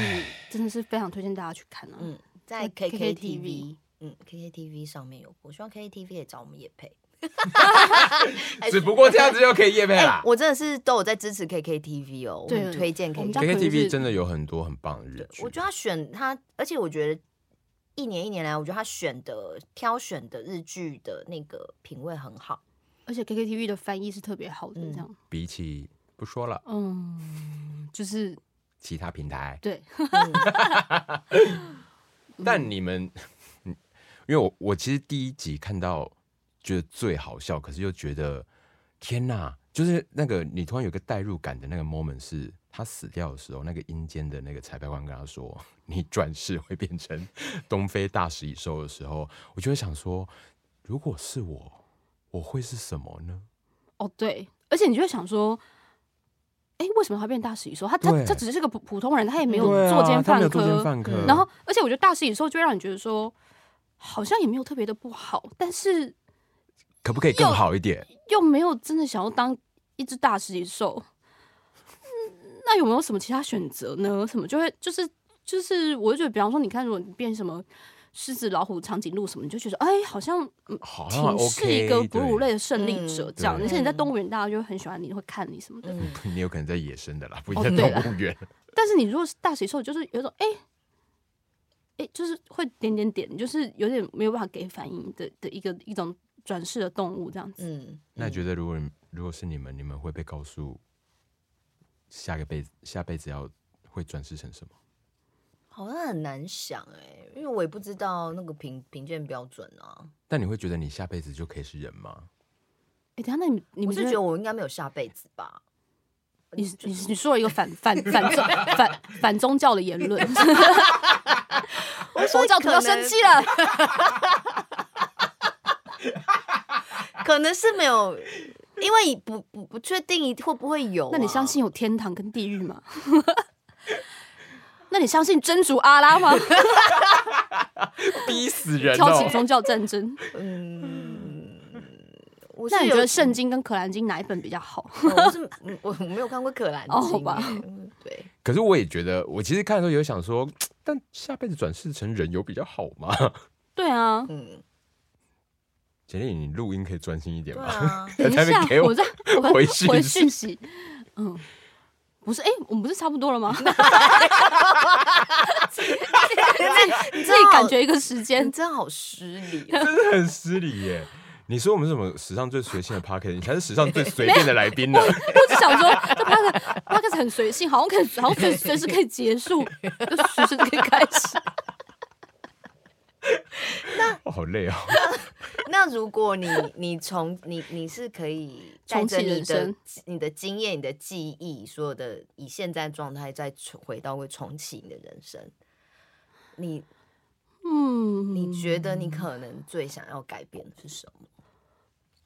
A: 真的是非常推荐大家去看啊。
B: 嗯，在
A: 在
B: KKTV，嗯，KKTV 上面有播，希望 KKTV 也找我们也配。
C: 只不过这样子就可以夜配
B: 哎、
C: 啦。
B: 我真的是都有在支持 KKTV 哦，我
A: 对
B: 很推荐
A: 我们
B: KKTV
A: 家。可是
C: KKTV 真的有很多很棒的日剧，
B: 我觉得他选他，而且我觉得一年一年来，我觉得他选的挑选的日剧的那个品味很好。
A: 而且 KKTV 的翻译是特别好的，
B: 嗯
A: 这样，
C: 比起不说了，
A: 嗯，就是
C: 其他平台，
A: 对，
C: 但你们， 嗯因为我我其实第一集看到觉得最好笑，可是又觉得天哪，就是那个你突然有个代入感的那个 moment 是。他死掉的时候，那个阴间的那个裁判官跟他说：“ 你转世会变成东非大食蚁兽的时候，我就会想说，如果是我，我会是什么呢？
A: 哦对，而且你就会想说，哎，为什么他变大食蚁兽？他他
C: 对
A: 他只是个普普通人，他也没有
C: 对啊
A: 作奸
C: 他
A: 犯
C: 没有作奸
A: 科。
C: 犯科，
B: 嗯
A: 然后，而且我觉得大食蚁兽就会让你觉得说，好像也没有特别的不好，但是
C: 可不可以更好一点？
A: 又没有真的想要当一只大食蚁兽。嗯那有没有什么其他选择呢？什么就会就是就是，我就觉得，比方说，你看，如果你变什么狮子、老虎、长颈鹿什么，你就觉得，哎，好像
C: 好像
A: 挺
C: OK，
A: 是一个哺乳
C: 对
A: 类的胜利者
B: 嗯，
A: 这样。
C: 对
A: 而且你在动物园，大家就会很喜欢你，会看你什么的。
B: 嗯，
C: 你有可能在野生的啦，不一
A: 哦
C: 定
A: 对
C: 在
A: 啦
C: 动物园。
A: 但是你如果是大水兽，就是有一种哎哎、就是会点点点，就是有点没有办法给反应的的一个一种转世的动物这样子。
B: 嗯，
C: 那你觉
B: 得？
C: 得，如果你如果是你们，你们会被告诉下个辈子下辈子要会转世成什么？
B: 好像很难想哎、因为我也不知道那个评评鉴标准啊。
C: 但你会觉得你下辈子就可以是人吗？
A: 哎、等一下，那你你
B: 我
A: 们
B: 是觉得我应该没有下辈子吧？
A: 你你你说了一个反 反反宗反反宗教的言论，
B: 说
A: 佛教徒要
B: 可能
A: 生气了。
B: 可能是没有，因为不不不确定会不会有啊、
A: 那你相信有天堂跟地狱吗？ 那你相信真主阿拉吗？
C: 逼死人哦
A: 挑起！宗教战争。
B: 嗯，我是
A: 那你
B: 有
A: 觉得圣经跟可兰经哪一本比较好？
B: 哦我是嗯我我没有看过《可兰经
A: 哦》好吧
B: 耶，嗯 对，
C: 可是我也觉得，我其实看的时候有想说，但下辈子转世成人有比较好吗？
A: 对啊，
B: 嗯，
C: 简历，你录音可以专心一点
B: 对
C: 吗？
B: 啊，
A: 等一
C: 在那边
A: 下
C: 给，我
A: 我在我
C: 回讯息
A: 回讯息。嗯，不是，哎、我们不是差不多了 吗？
B: 你
A: 自己感觉一个时间
B: 你，真好失 礼哦，
C: 真的很失礼耶！你说我们是什么史上最随性的 p a r k e t 你才是史上最随便的来宾呢。
A: 我只想说，这 p o d 很随性，好像可以，好像 随随时可以结束，就随时可以开始。
C: 我 好累哦。
B: 那如果你你从你你是可以带
A: 重
B: 着
A: 启
B: 你
A: 人
B: 的
A: 生
B: 你的经验、你的记忆，所有的以现在状态再重回到会重启你的人生，你
A: 嗯，
B: 你觉得你可能最想要改变的是什么？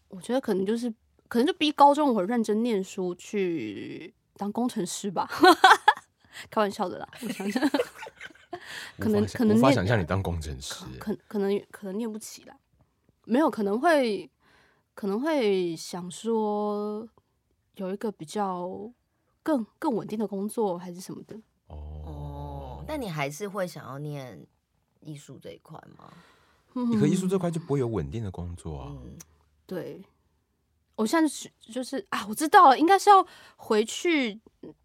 A: 我觉得可能就是，可能就逼高中我认真念书去当工程师吧， 开玩笑的啦。我想想，可能
C: 无法想
A: 可能
C: 无法
A: 念
C: 想象你当工程师耶，
A: 可可能可能念不起啦，没有可能会可能会想说有一个比较更更稳定的工作还是什么的。
C: 哦
B: 哦，，但你还是会想要念艺术这一块吗？
C: 你和艺术这
A: 嗯
C: 块就不会有稳定的工作啊。
B: 嗯，
A: 对，我现在是就是啊，我知道了，应该是要回去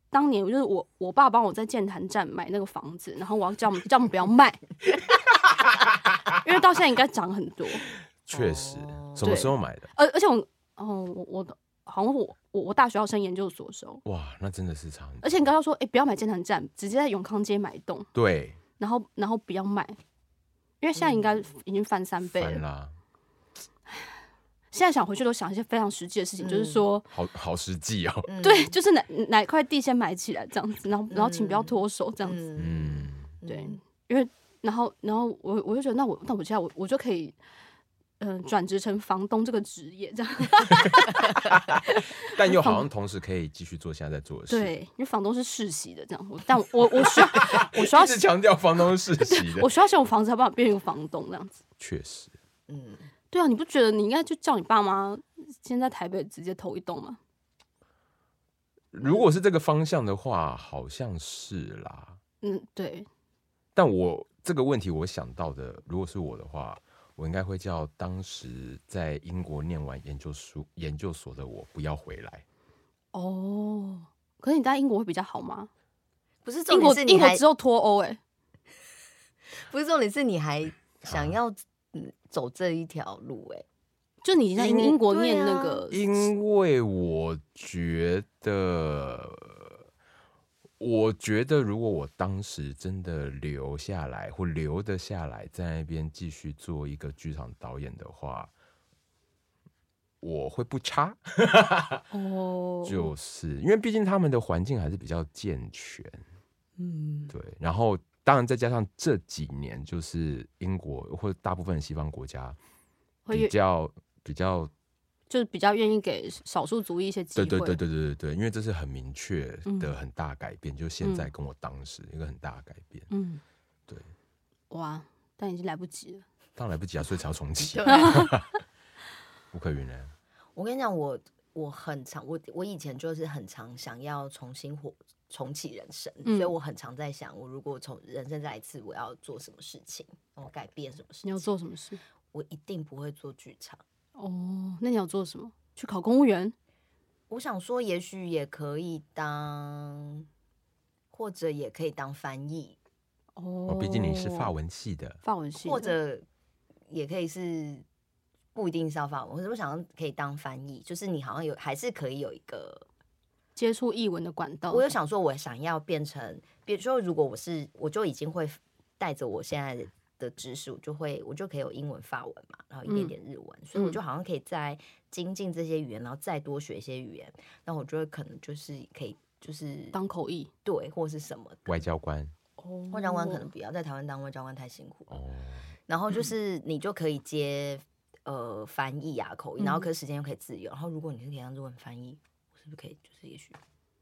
A: 当年，就是我我爸帮我在建潭站买那个房子，然后我要叫我们叫我们不要卖， 因为到现在应该涨很多，
C: 确实
B: 哦，
C: 什么
A: 对
C: 时候买的？
A: 而而且我哦，我我的好像我我我大学要升研究所的时候，
C: 哇，那真的是差很多。
A: 而且你刚刚说，哎、不要买建潭站，直接在永康街买一栋，
C: 对
A: 然后然后不要卖，因为现在应该已经翻三倍
C: 翻
A: 了。
C: 啦，
A: 现在想回去都想一些非常实际的事情，就是
B: 嗯
A: 说，
C: 好好实际哦。
B: 嗯
A: 对，，就是哪哪块地先买起来这样子，然后然后请不要
B: 嗯
A: 脱手这样子，
B: 嗯，
C: 嗯，
A: 对
B: 嗯，
A: 因为然后然后我我就觉得，那我那我现在我我就可以。嗯，转职成房东这个职业，这样
C: 但又好像同时可以继续做现在在做的事。
A: 对，因为房东是世袭的，这样。我但我我我需要我需要
C: 一直强调房东 是实的
A: 我，需要先有房子，才有办法变成一个房东这样子。
C: 确实。
B: 嗯，
A: 对啊，你不觉得你应该就叫你爸妈先在台北直接投一栋吗？
C: 如果是这个方向的话，好像是啦。
A: 嗯，对，
C: 但我这个问题，我想到的，如果是我的话，我应该会叫当时在英国念完研究书研究所的我不要回来。
A: 哦，可是你在英国会比较好吗？
B: 不是
A: 英
B: 重
A: 国
B: 点是
A: 英
B: 你
A: 国
B: 还
A: 只有脱欧哎，
B: 不是重点是你还想要嗯走这一条路 哎。
A: 就你在英
C: 英
A: 英国
B: 对
A: 念那
B: 啊
A: 个，
C: 因为我觉得，我觉得如果我当时真的留下来或留得下来，在那边继续做一个剧场导演的话，我会不差。
A: 哦，
C: 就是因为毕竟他们的环境还是比较健全，
A: 嗯，
C: 对。然后当然再加上这几年，就是英国或者大部分西方国家
A: 会
C: 比
A: 愿
C: 较比较，
A: 就是比较愿意给少数族裔一些机
C: 对
A: 会，
C: 对对对对对对，因为这是很明确的
A: 嗯
C: 很大改变，就现在跟我当时一个很大的改变，
A: 嗯，
C: 对，
A: 哇，但已经来不及了，
C: 当然来不及啊，所以才要重启，无可原谅。
B: 我跟你讲，我我很常，我我以前就是很常想要重新活重启人生，
A: 嗯
B: 所以我很常在想，我如果从人生再来一次，我要做什么事情，我改变什么事
A: 你
B: 情。
A: 要做什么事？
B: 我一定不会做剧场。
A: 哦，那你要做什么？去考公务员？
B: 我想说，也许也可以当，或者也可以当翻译，
A: 哦
C: 哦，，毕竟你是法，文系的，
A: 法文系的，
B: 或者也可以是不一定是要法文，或者我想要可以当翻译，就是你好像有还是可以有一个
A: 接触译文的管道，
B: 我有想说，我想要变成，比如说，如果我是，我就已经会带着我现在的知识，我就会，我就可以有英文、法文嘛，然后
A: 嗯
B: 一点点日文，所以我就好像可以再精进这些语言，然后再多学一些语言，那我就会可能就是可以，就是
A: 当口译，
B: 对或是什么的。
C: 外交官
A: 哦
B: 外交官可能不要在台湾当外交官太辛苦了，
C: 哦，
B: 然后
A: 嗯
B: 就是你就可以接呃翻译啊口
A: 嗯
B: 译，然后可是时间又可以自由，然后如果你是可以当日文翻译，我是不是可以就是也许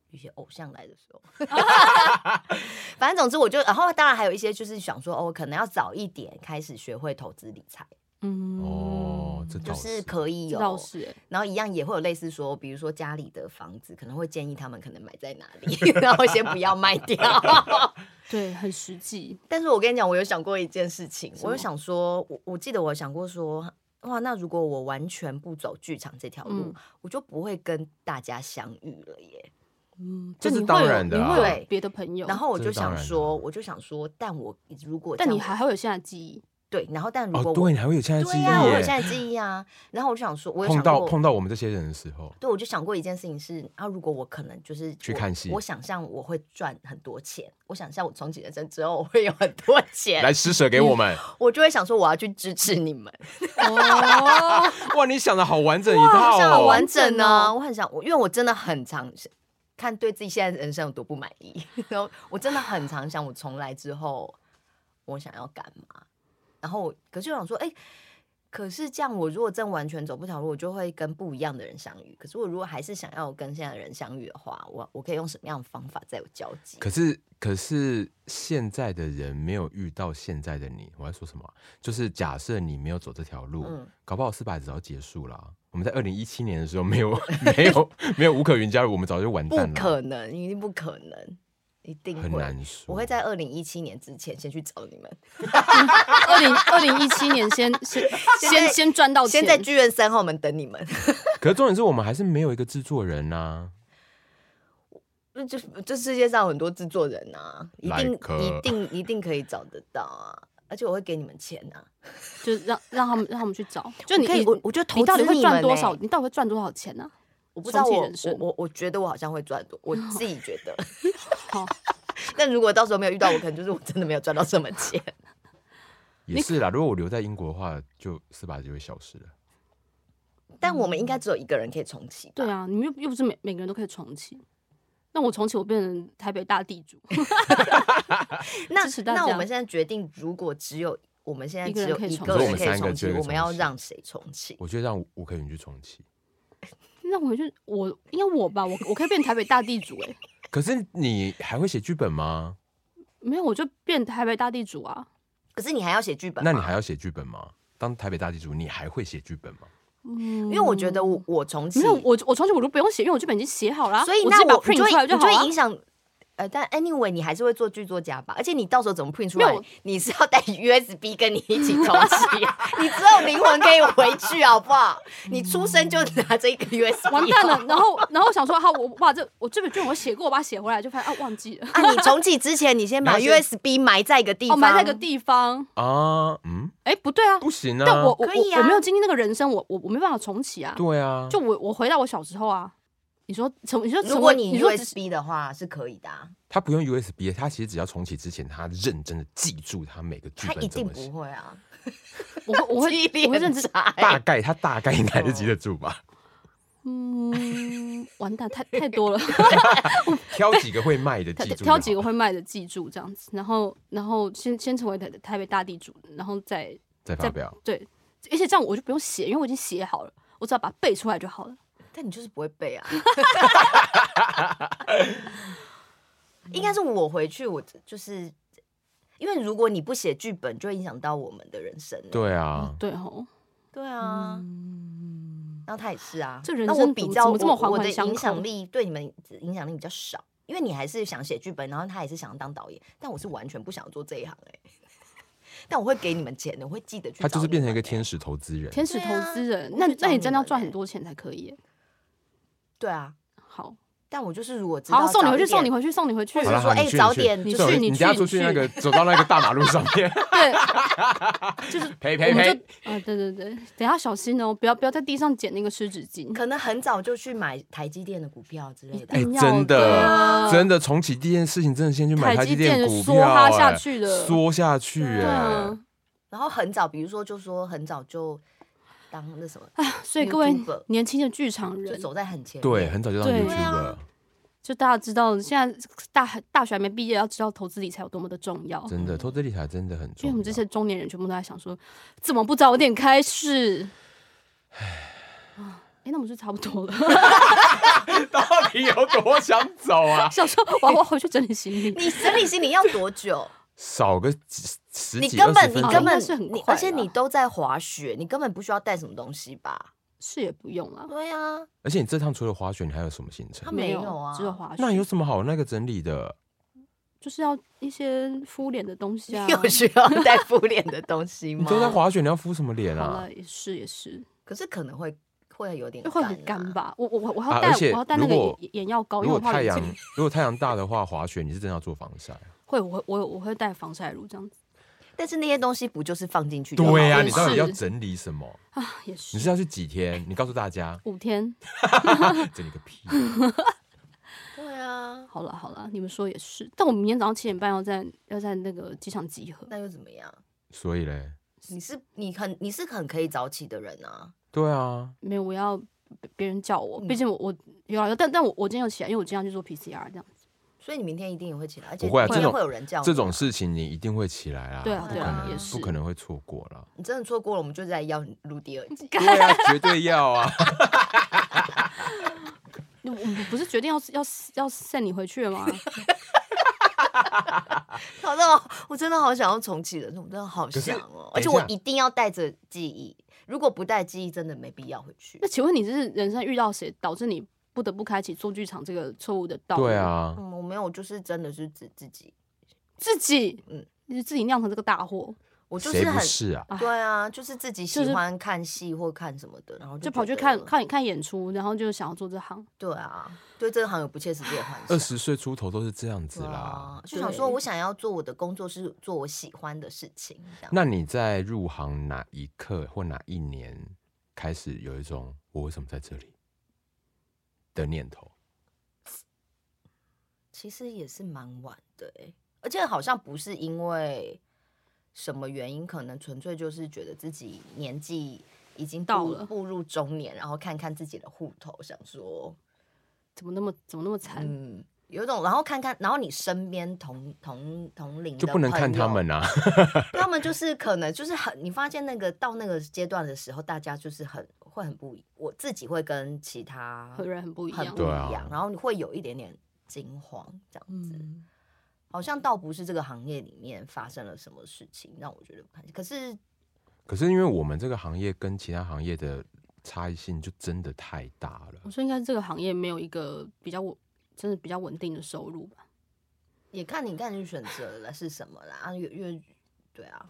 B: 有一些偶像来的时候， 反正总之我就，然后当然还有一些就是想说哦，可能要早一点开始学会投资理财，
A: 嗯
C: 哦，这倒
B: 就是
C: 是
B: 可以
A: 这
B: 有，
A: 倒是、欸，
B: 然后一样也会有类似说，比如说家里的房子可能会建议他们可能买在哪里， 然后先不要卖掉。
A: 对，很实际。
B: 但是我跟你讲，我有想过一件事情，我
A: 么
B: 有想说，我我记得我有想过说，哇，那如果我完全不走剧场这条路，
A: 嗯
B: 我就不会跟大家相遇了耶。
A: 嗯，
C: 这
A: 就是你
C: 当
A: 会有
C: 然的
A: 你
C: 啊
A: 会
B: 对
A: 有别的朋友，
B: 然后我
C: 这
B: 就是
C: 当
B: 想
C: 然的
B: 说，
C: 啊
B: 我就想说，但我如果
A: 但
B: 这
A: 你
B: 样
A: 还会有现在的记 忆，
B: 对，然后但如
C: 哦，
B: 果
C: 对
B: 我
C: 你还会有现在记
B: 对
C: 忆
B: 呀、我有
C: 耶
B: 现在记忆啊。然后我就想说，我有
C: 碰
B: 想
C: 到
B: 过
C: 碰到我们这些人的时候，
B: 对，我就想过一件事情是啊，如果我可能就是
C: 去
B: 我
C: 看戏
B: 我想象我会赚很多钱，我想象我从几人生之后我会有很多钱，
C: 来施舍给我们。
B: 我就会想说我要去支持你们，
A: 哦，
C: 哇，你想的好完整一套
B: 像好
C: 哦！
B: 完整
A: 整
B: 呢、
A: 哦
B: 我很想，我因为我真的很常看对自己现在人生有多不满意， 然后我真的很常想，我从来之后我想要干嘛，然后我可是我想说，哎、可是这样，我如果真完全走不条路，我就会跟不一样的人相遇。可是我如果还是想要跟现在的人相遇的话，我我可以用什么样的方法再有交集？
C: 可是可是现在的人没有遇到现在的你，我在说什么啊？就是假设你没有走这条路，
B: 嗯
C: 搞不好四百早结束了。啊我们在二零一七年的时候没有没有没有吴可云加入，我们早就完
B: 不
C: 蛋了，啊
B: 可能，一定不可能，一定
C: 很
B: 会。
C: 难说。
B: 我会在二零一七年之前先去找你们，
A: 二零二零一七年先先
B: 现在
A: 先先赚到钱，
B: 先在剧院三号门等你们。
C: 可是重点是我们还是没有一个制作人呐、
B: 那就这世界上有很多制作人啊，一定
C: Like 呃
B: 一定一定可以找得到啊，而且我会给你们钱啊。
A: 就让让他们让他们去找，就你
B: 我可以
A: 你
B: 我我就投
A: 你到底
B: 资
A: 会
B: 你
A: 赚
B: 们
A: 多
B: 欸
A: 少？你到底会赚多少钱呢？
B: 我不知道
A: 重启
B: 我
A: 人
B: 我
A: 生
B: 我我觉得我好像会赚多， 我自己觉得。
A: 好，
B: 但如果到时候没有遇到我，可能就是我真的没有赚到什么钱。
C: 也是啦。如果我留在英国的话，就四百就会消失了。
B: 但我们应该只有一个人可以重启吧。
A: 对啊，你们又又不是每每个人都可以重启。那我重启，我变成台北大地主，
B: 那
A: 支持大家
B: 那我们现在决定，如果只有我们现在
A: 一个
B: 只
A: 人
B: 有
A: 可以
B: 一
A: 重启
B: 个人可
C: 我
B: 以
C: 们三个
B: 重
C: 就
B: 启，
C: 有一个
B: 我们要
C: 重启
B: 让谁重启？
C: 我觉得让吴吴可云去重启。
A: 那我就我应该我吧，我我可以变台北大地主哎、
C: 可是你还会写剧本吗？
A: 没有我就变台北大地主啊，
B: 可是你还要写剧本
C: 那
B: 吗，
C: 你还要写剧本吗？当台北大地主，你还会写剧本吗？
A: 嗯，
B: 因为我觉得我我重启
A: 没有我我重启我就不用写，因为我剧本已经写好了啊、
B: 所以
A: 我
B: 那
A: 自己把
B: 我你
A: print 出来
B: 会你
A: 好
B: 会
A: 啊
B: 影响。呃，但 anyway，你还是会做剧作家吧？而且你到时候怎么 print 出来
A: 没有？
B: 你是要带 USB 跟你一起重启、啊， 你只有灵魂可以回去，好不好？你出生就拿着一个 USB，
A: 完蛋
B: 哦
A: 了，然后然后想说，好，啊我把这我这本剧本我写过，我把它写回来，就发现啊忘记了，
B: 啊！你重启之前，你先把
C: 你要先
B: USB 埋在一个地
A: 哦
B: 方，
A: 埋在一个地方，
C: 啊，嗯，
A: 哎、不对啊，
C: 不行啊。
A: 但我我
B: 可以啊
A: 我我没有经历那个人生，我我我没办法重启啊，
C: 对啊，
A: 就我我回到我小时候啊，你说成你说成
B: 如果
A: 为
B: 你
A: 说只是
B: USB 的话是可以的、啊，
C: 他不用 USB，他其实只要重启之前，他认真的记住他每个剧
B: 他一
C: 本怎
B: 定
C: 么
B: 不
C: 写，
B: 会啊，
A: 我会我
B: 记忆力
A: 会我会认
B: 很
A: 真，
B: 差欸
C: 大概他大概应该是记得住吧。
A: 哦嗯，完蛋，太太多了，
C: 挑几个会卖的
A: 挑
C: 记住，
A: 挑几个，会卖的记住这样子，然后然后先先成为台台北大地主，然后再
C: 再发表。
A: 对，而且这样我就不用写，因为我已经写好了，我只要把它背出来就好了。
B: 但你就是不会背 啊。应该是我回去，我就是因为如果你不写剧本，就会影响到我们的人生了。
C: 对啊，
A: 对吼，
B: 嗯对啊，
A: 嗯，
B: 然后他也是啊。
A: 这人
B: 那
A: 生
B: 我
A: 怎
B: 比
A: 么
B: 较
A: 怎么这么
B: 我
A: 环
B: 我
A: 环
B: 的
A: 相
B: 影响
A: 扣
B: 力对你们影响力比较少，因为你还是想写剧本，然后他也是想要当导演，但我是完全不想做这一行哎、 但我会给你们钱的，我会记得去。
C: 他就是变成一个
B: 天。
C: 天使投资人。
A: 天使
B: 对
A: 投
B: 啊
A: 资人，
B: 我
A: 那
B: 去找
A: 那你
B: 你
A: 真的要
B: 们
A: 赚
B: 欸
A: 很多钱才可以耶。
B: 对啊，
A: 好，
B: 但我就是如果知道
A: 好，送你
B: 早
A: 回去，
B: 一
A: 送你
B: 点
A: 回去，送你回去。
B: 或
C: 好
B: 者
C: 啦
B: 说
C: 好啦
B: 哎
C: 你去
B: 早点
A: 你
B: 就
C: 送
A: 去
C: 你等下
A: 去
C: 出
A: 你
C: 去
A: 去
C: 那个走到那个大马路上面，
A: 对，
C: 呸
A: 我
C: 呸
A: 们就
C: 呸！
A: 啊，对对对，等一下小心哦，不要不要在地上捡那个湿纸巾。
B: 可能很早就去买台积电的股票之类的。
C: 哎、
A: 定要
C: 真的，
A: 的
C: 真的，重启第一件事情，真的先去买
A: 呃台
C: 台
A: 积
C: 积
A: 电
C: 电
A: 的
C: 股
A: 缩
C: 票、
A: 它
C: 哎，
A: 下去了
C: 缩下去、哎、
A: 啊，
B: 然后很早，比如说就说很早就当那什么，
A: 啊所以各位
B: YouTuber
A: 年轻的剧场
B: 就
A: 人，
B: 走在很前面。
C: 对，，很早就当
A: 对啊
C: YouTube 了，
A: 就大家知道现在大大学还没毕业，要知道投资理财有多么的重要。
C: 真的，投资理财真的很
A: 哦因为
C: 重
A: 我
C: 要。
A: 们这些中年人全部都在想说，怎么不早点开始？哎、那我们就差不多了。
C: 到底有多想走啊？
A: 想说我要回去整理行李，
B: 你整理行李要多久？
C: 少个几 十
B: 你
C: 几
B: 根本
C: 20
B: 你
C: 分
A: 哦
C: 钟
B: 根
A: 应
B: 本
A: 该是很
B: 你，
A: 快
B: 而且
A: 啦
B: 你都在滑雪，你根本不需要带什么东西吧？
A: 是也不用啊，
B: 对啊，
C: 而且你这趟除了滑雪，你还有什么行
B: 他
C: 程？
B: 没
A: 有
B: 有啊
A: 只有滑雪。
C: 那有什么好那个整理的？
A: 就是要一些敷脸的东 西啊。
B: 有需要带敷脸的东西吗？
C: 你都在滑雪，你要敷什么脸
A: 好
C: 啊？
A: 了，也是也是，
B: 可是可能会会有点
A: 就会很
B: 干
A: 干
B: 啊。
A: 吧。我我我我还
C: 啊
A: 要带、
C: 而且
A: 我要带那个
C: 如果
A: 眼眼药膏，
C: 如
A: 因为
C: 果
A: 我怕
C: 太
A: 冷
C: 阳
A: 气。
C: 如果太阳大的话，滑雪你是真的要做防 晒。
A: 会，我会我我会带防晒乳这样子
B: 但是那些东西不就是放进去就好了？
C: 对呀、
A: 啊
C: 你
A: 也
C: 到底
A: 是
C: 要整理什么？
A: 啊，也
C: 你
A: 是，
C: 是要去几天？你告诉大家
A: 五天。
C: 整理个屁！
B: 对啊，
A: 好了好了，你们说也是，但我明天早上七点半要在要在那个机场集合。
B: 那又怎么样？
C: 所以嘞，
B: 你是你很你是很可以早起的人啊。
C: 对啊，
A: 没有，我要别别人叫我，
B: 嗯
A: 毕竟我我有啊，但但我我今天有起来，因为我今天要去做 PCR 这样子。
B: 所以你明天一定也会起来，而且
C: 不会啊
B: 今
A: 这
B: 天
A: 种
B: 会有人叫你啊
C: 这种，事情你一定会起来啦，
A: 对啊
C: 不
B: 对
C: 可
B: 啊
C: 能
B: 也。
A: 是
C: 不可能会错过了
B: 你真的错过了，我们就再邀你录第二集。
C: 对啊，绝对 要啊！
A: 我们不是决定要要要 send 你回去了吗？
B: 好的，哦我真的好想要重启人生，我真的好
C: 可是
B: 想哦，
C: 等
B: 而
C: 一
B: 且我
C: 下
B: 一定要带着记忆，如果不带记忆，真的没必要回去
A: 那。请问你这是人生遇到谁导致你不得不开启做剧场这个错误的道路？
C: 对，啊，
B: 嗯，我没有，就是真的是自自己，
A: 自己，
B: 嗯
A: 嗯，你自己酿成这个大祸，
B: 我就
C: 谁
B: 是
C: 不
B: 很
C: 是啊？
A: 啊
B: 对啊，就是自己
A: 就
B: 喜
A: 是
B: 欢看戏或看什么的，然后
A: 就
B: 就
A: 跑
B: 觉
A: 去
B: 得
A: 看看看演出，然后就想要做这行。
B: 对啊，对这个行有不切实际的幻想。
C: 二十岁出头都是这样子
B: 对
C: 啦
B: 啊。就想
A: 对
B: 说我想要做我的工作是做我喜欢的事情，这样
C: 那你在入行哪一刻或哪一年开始有一种我为什么在这里的念头？
B: 其实也是蛮晚的、欸，而且好像不是因为什么原因，可能纯粹就是觉得自己年纪已经步
A: 到了
B: 步入中年，然后看看自己的户头，想说
A: 怎么那么怎么那么惨？
B: 嗯。有一种，然后看看，然后你身边同同同龄的
C: 就不能看
B: 朋
C: 他
B: 友
C: 们啊！
B: 他们就是可能就是很，你发现那个到那个阶段的时候，大家就是很会很不一，我自己会跟其他
A: 和人很不一
B: 很
A: 样
B: 不。一
C: 对啊
B: 样，然后你会有一点点惊慌这样子。
A: 嗯，
B: 好像倒不是这个行业里面发生了什么事情让我觉得不开心，可是
C: 可是因为我们这个行业跟其他行业的差异性就真的太大了
B: 嗯
A: 我。说应该是这个行业没有一个比较稳，真的比较稳定的收入吧。
B: 也看你看你选择了是什么啦，啊，越越对啊，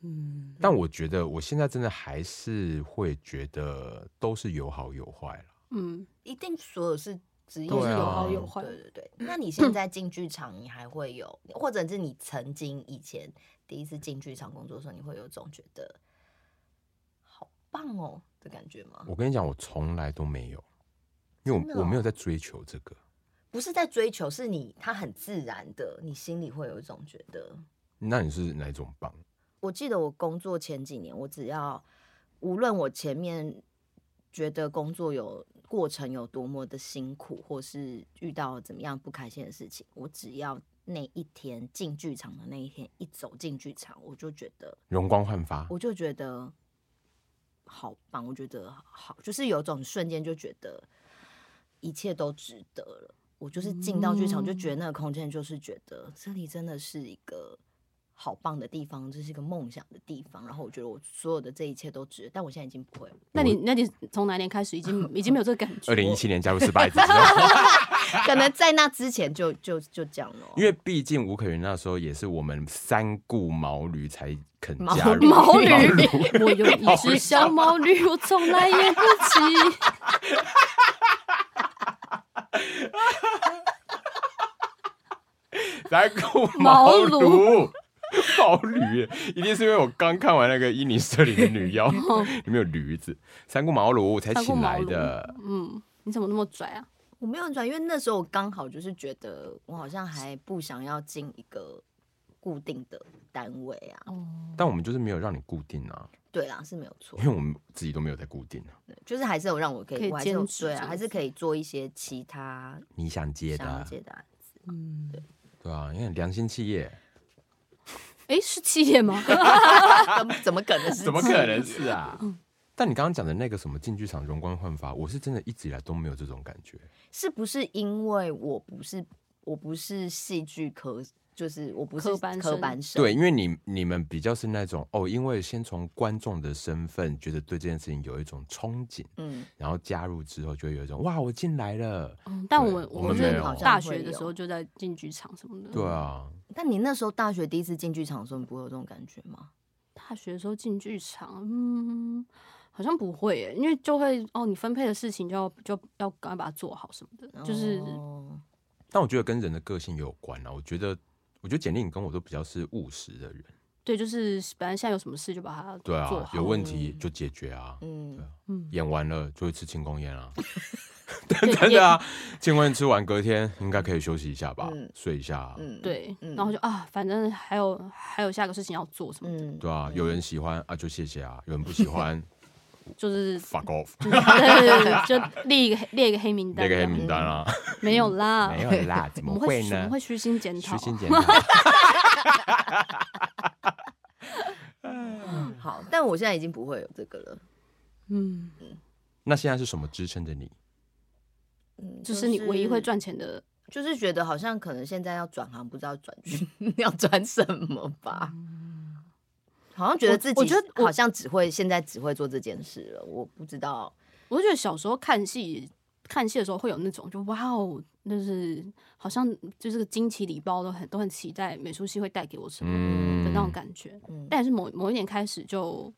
A: 嗯，
C: 但我觉得我现在真的还是会觉得都是有好有坏了。
A: 嗯，
B: 一定所有是职业
A: 都是
C: 对啊
A: 有好有坏。
B: 对对对，那你现在进剧场，你还会有，或者是你曾经以前第一次进剧场工作的时候，你会有种觉得好棒哦的感觉吗？
C: 我跟你讲，我从来都没有，因为
B: 真
C: 我、
B: 的哦
C: 我没有在追求这个。
B: 不是在追求，是你它很自然的，你心里会有一种觉得，
C: 那你是哪一种棒？
B: 我记得我工作前几年，我只要无论我前面觉得工作有过程有多么的辛苦，或是遇到怎么样不开心的事情，我只要那一天进剧场的那一天一走进剧场，我就觉得，
C: 容光焕发，
B: 我就觉得好棒，我觉得好，就是有种瞬间就觉得一切都值得了。我就是进到剧场，就
C: 嗯
B: 觉得那个空间，就是觉得这里真的是一个好棒的地方，这是一个梦想的地方。然后我觉得我所有的这一切都值得，但我现在已经不 会了。
A: 那你那你从哪年开始已经已经没有这个感觉？
C: 二零一七年加入失败之 后，
B: 可能在那之前就就就这样了哦。
C: 因为毕竟吴可云那时候也是我们三顾毛驴才肯
B: 毛
C: 加入
B: 驴
A: 毛驴
C: 毛驴，
A: 我有一只小毛驴， 我从来也不骑。
C: 三 顾
A: 毛
C: 毛
A: 驴
C: 驴。毛驴，一定是因为我刚看完那个伊尼舍里的 女妖，
B: 哦
C: 里面有驴子，三顾茅庐才
A: 三顾
C: 请
A: 茅
C: 来
A: 庐
C: 的。
A: 嗯，你怎么那么拽啊？
B: 我没有很转，因为那时候我刚好就是觉得我好像还不想要进一个固定的单位啊。
C: 但我们就是没有让你固定啊，
B: 对啦，是没有错
C: 因。为我们自己都没有在固定啊。
B: 对就是还是有让我可以，
A: 可以
B: 我还是有
A: 兼职
B: 对
A: 这
B: 啊，
A: 样
B: 还是可以做一些其他
C: 你想接的
B: 想要
C: 啊，
B: 接的案子。
A: 嗯，
C: 对啊，因为良心企业
A: 哎，是企业 吗？
B: 怎么怎么可能是？
C: 怎么可能是啊？ 但你刚刚讲的那个什么进剧场容光焕发，我是真的一直以来都没有这种感觉。
B: 是不是因为我不是我不是戏剧科，就是我不是
A: 科班
B: 科
A: 生
B: 班生，
C: 对，因为你你们比较是那种哦，因为先从观众的身份觉得对这件事情有一种憧憬，
B: 嗯，
C: 然后加入之后就会有一种哇，我进来了。
A: 嗯，但
C: 对
A: 我
C: 我
A: 们
C: 们
A: 是
C: 没有
A: 大学的时候就在进剧场什么的。
C: 对，啊，
B: 但你那时候大学第一次进剧场的时候，你不会有这种感觉吗？
A: 大学的时候进剧场，嗯，好像不会耶，因为就会哦，你分配的事情就要就要赶快把它做好什么的，就是、
C: 啊
B: 哦
C: 但我觉得跟人的个性有关啊。我觉得，我觉得简历你跟我都比较是务实的人，
A: 对，就是反正现在有什么事就把它
C: 对
A: 做
C: 啊，
A: 好
C: 有问题就解决啊。
B: 嗯，
A: 嗯，
C: 演完了就会吃庆功宴啊，真的啊，庆功宴吃完隔天应该可以休息一下吧，
B: 嗯
C: 睡一下、啊。
B: 嗯，
A: 对，
B: 嗯
A: 然后就啊，反正还有还有下个事情要做什么的，
B: 嗯，
C: 对啊，有人喜欢啊就谢谢啊，有人不喜欢
A: 就是
C: fuck off，
A: 对对对， 就列一个列一个黑名单
C: 列
A: 这
C: 个黑
A: 样，
C: 名单啊，
A: 没有啦，
C: 没有 啦，怎
A: 啊我
C: 么
A: 们会
C: 会
A: 虚我
C: 呢
A: 们？会虚心检讨啊
C: 虚，心检讨， 啊
B: 好，但我现在已经不会有这个了，
A: 嗯，
C: 那现在是什么支撑着你？
B: 嗯
A: 就是你唯一会，赚钱的，
B: 就是觉得好像可能现在要转行，不知道转去 要转什么吧。好像觉得
A: 嗯我
B: 自己，
A: 我觉得我
B: 好像只会现在只会做这件事了，我不知道，
A: 我就觉得小时候看戏，看戏的时候会有那种就哇哦，就是好像就是个惊奇礼包，都很都很期待美术系会带给我什么
C: 嗯
A: 的那种感觉。
B: 嗯
A: 但是某某一年开始就，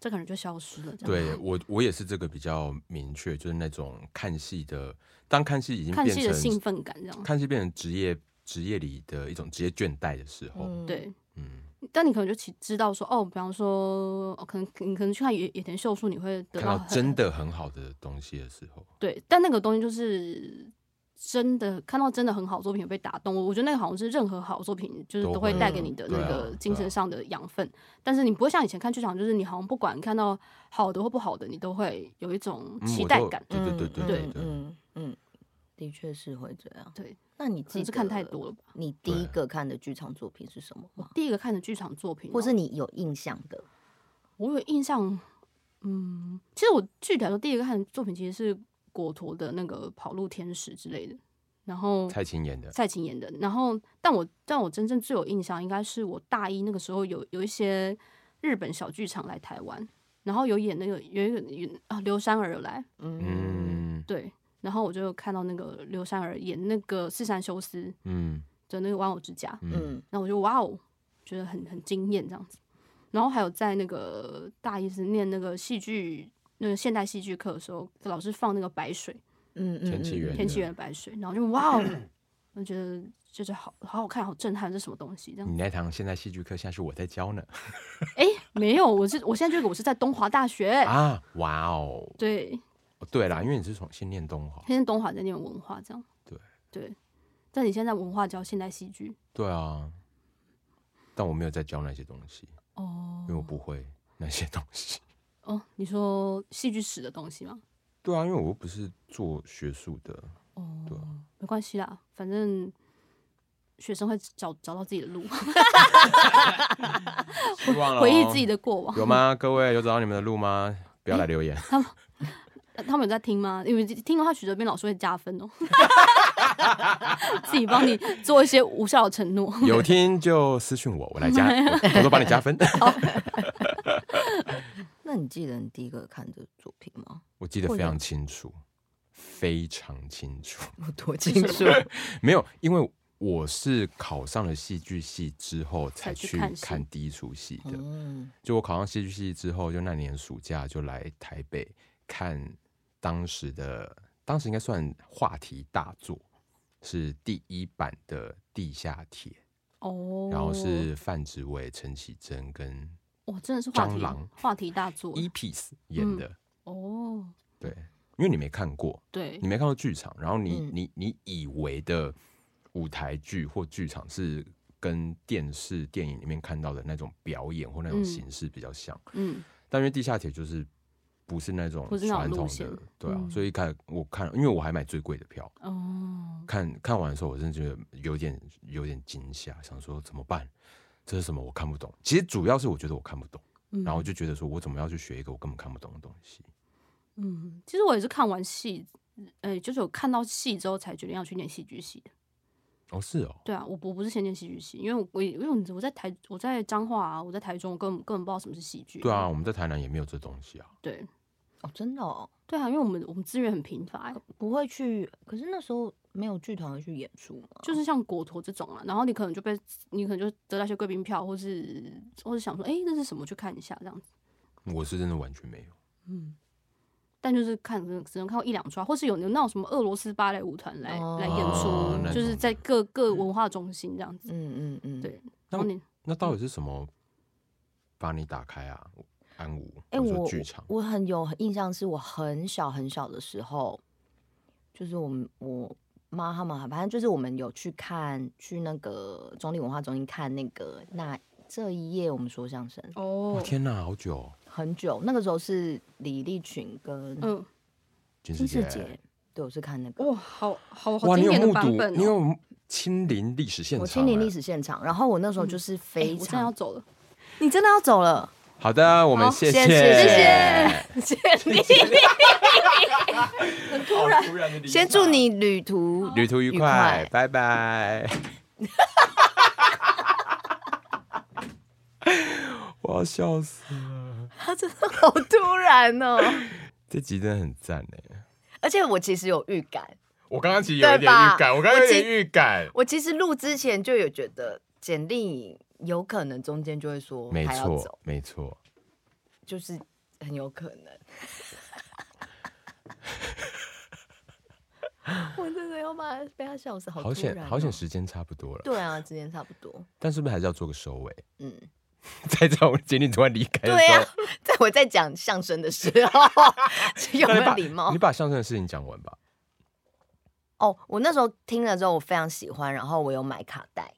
A: 这可能就消失了。这样
C: 对我，我也是这个比较明确，就是那种看戏的，当看戏已经
A: 看
C: 变
A: 戏的兴
C: 成
A: 奋感这样。
C: 看戏变成职业职业里的一种职业倦怠的时候，
B: 嗯，
A: 对，
C: 嗯，
A: 但你可能就知知道说，哦，比方说，哦、可能你可能去看野野田秀树，你会得
C: 看
A: 到
C: 到
A: 很
C: 真的很好的东西的时候，
A: 对，但那个东西就是真的看到真的很好的作品有被打动，我我觉得那个好像是任何好作品就是
C: 都
A: 都会
B: 会
A: 带
B: 有
A: 给你的那
C: 对啊
A: 个
C: 对
A: 精
C: 啊
A: 神上的养分，但是你不会像以前看剧场，就是你好像不管看到好的或不好的，你都会有一种
C: 嗯
A: 期
C: 我
A: 待
C: 就
A: 感。
C: 对对对对对
A: 嗯
C: 对，
B: 嗯嗯，的确是会这样。
A: 对，
B: 那你
A: 可
B: 自
A: 能
B: 己
A: 是看太多了吧。
B: 你第一
C: 对
B: 个看的剧场作品是什么吗？
A: 第一个看的剧场作品哦，
B: 或是你有印象的？
A: 我有印象，嗯，其实我具体来说，第一个看的作品其实是果陀的那个《跑路天使》之类的，然后
C: 蔡琴演的，
A: 嗯蔡琴演的。然后，但我但我真正最有印象，应该是我大一那个时候有有一些日本小剧场来台湾，然后有演那个有一个有啊刘珊儿有来，
B: 嗯，
C: 嗯
A: 对，然后我就看到那个刘珊儿演那个四山修斯
C: 嗯
A: 的那个《玩偶之家》，
C: 嗯，
B: 嗯
A: 然后我就哇哦，觉得很很惊艳这样子。然后还有在那个大一是念那个戏剧那个现代戏剧课的时候，老师放那个白水，
B: 嗯嗯，
C: 天气
B: 嗯
C: 员
A: 天气员的白水，然后就哇哦，我觉得就是好好好看，好震撼，这什么东西？这样
C: 你那堂现在戏剧课现在是我在教呢
A: 哎，没有，我是我现在这个我是在东华大学，
C: 啊，哇哦，
A: 对，
C: 哦对啦，因为你是从先念东华，
A: 天天东华在念文化这样，
C: 对
A: 对，但你现在文化教现代戏剧
C: 对啊，但我没有在教那些东西，
A: 哦
C: 因为我不会那些东西。
A: 哦，你说戏剧史的东西吗？
C: 对啊，因为我又不是做学术的，
A: 哦
C: 对啊
A: 没关系啦，反正学生会找找到自己的路，
C: 哦希望咯
A: 回忆自己的过往。
C: 有吗？各位有找到你们的路吗？不要来留言，
A: 呃他们有在听吗？因为听的话，许哲斌老师会加分 哦，自己帮你做一些无效的承诺。
C: 有听就私讯我，我 来加，我我都帮你加分。
B: 嗯那你记得你第一个看的作品吗？
C: 我记得非常清楚，非常清楚。
B: 我多清楚，
C: 没有，因为我是考上了戏剧系之后
A: 才
C: 才
A: 去
C: 去
A: 看戏
C: 看第一出戏的。
B: 嗯
C: 就我考上戏剧系之后，就那年暑假就来台北看当时的，当时应该算话题大作，是第一版的《地下铁》。
A: 哦，
C: 然后是范植伟、陈绮贞跟
A: 哇，真的是话
C: 蟑
A: 题
C: 螂
A: 话题大作
C: E Piece
A: 嗯
C: 演的。
A: 哦。
C: 对，因为你没看过，
A: 对
C: 你，没看过剧场，然后你、
B: 嗯
C: 你你以为的舞台剧或剧场是跟电视电影里面看到的那种表演或那种
A: 嗯
C: 形式比较像，
A: 嗯，
C: 但因为地下铁就是。不是那种
A: 不是那种
C: 传
A: 路
C: 统
A: 线
C: 的，对啊，
A: 嗯
C: 所以一看我看，因为我还买最贵的票，
A: 哦，
C: 看看完的时候，我真的觉得有点有点惊吓，想说怎么办？这是什么？我看不懂。其实主要是我觉得我看不懂，
A: 嗯
C: 然后我就觉得说我怎么要去学一个我根本看不懂的东西？
A: 嗯，其实我也是看完戏，呃，就是有看到戏之后才决定要去念戏剧系的。
C: 哦，是哦，
A: 对啊，我我不是先念戏剧系，因为我我因为我我在台我在彰化啊，我在台中，我根本根本不知道什么是戏剧。嗯
C: 对啊，我们在台南也没有这东西啊。
A: 对
B: 哦，真的哦，
A: 对啊，因为我们我们资源很贫乏欸、
B: 不会去。可是那时候没有剧团会去演出吗？
A: 就是像果陀这种啊，然后你可能就被你可能就得到一些贵宾票，或是或是想说，哎、那是什么？去看一下这样子。
C: 我是真的完全没有。
A: 嗯，但就是看只能只能看过一两出啊，或是有那种什么俄罗斯芭蕾舞团来、来演出，
C: 哦那
A: 就是
C: 种
A: 在各各文化中心这样子。
B: 嗯嗯嗯，
A: 对
C: 那
A: 然后你
C: 那到底是什么把你打开啊？安武，
B: 哎、
C: 或者说
B: 我
C: 剧场，
B: 我很有印象，是我很小很小的时候，就是我们我妈他们，反正就是我们有去看去那个中立文化中心看那个那这一夜我们说相声
A: 哦
C: 哇，天哪，好久哦，
B: 很久，那个时候是李立群跟
A: 嗯，
C: 金
B: 金世
C: 世
B: 杰，对我是看那个。
A: 哇，好好
C: 哇，
A: 好
C: 你
A: 经
C: 有
A: 典的
C: 目
A: 版
C: 睹
A: 本、，
C: 你
A: 哦。
C: 有亲临历史现场、哎啊
B: 我亲临历
C: 史。
B: 史现场，然后我那时候就是
A: 哎
B: 非
A: 我真的
B: 常，
A: 要走了，
B: 你真的要走了，
C: 好的，我
A: 好
C: 们谢
B: 谢
A: 谢
B: 谢
A: 谢
C: 突然突然的
B: 先祝你旅途
C: 旅途愉
B: 愉
C: 快
B: 快，
C: 拜拜。我要笑死了，
B: 好突然哦，
C: 这集真的很赞哎！
B: 而且我其实有预感，
C: 我刚刚其实
B: 有一点对吧预感我刚刚有点
C: 预感，
B: 我其实录之前就有觉得简历有可能中间就会说
C: 没
B: 还要走
C: 错，，没错。
B: 就是很有可 能。我真的要把被他笑死，好
C: 好
B: 突然
C: 险，
B: 哦
C: 好险，时间差不多了，
B: 对啊，之前差不多。
C: 但是不是还是要做个收尾？
B: 嗯，
C: 在这种经历突然离开的
B: 对
C: 时
B: 啊
C: 候，，
B: 在我在讲相声的时 候，有没
C: 那你把
B: 有礼貌
C: 你？把相声的事情讲完吧。
B: 哦，我那时候听了之后，我非常喜欢，然后我有买卡带，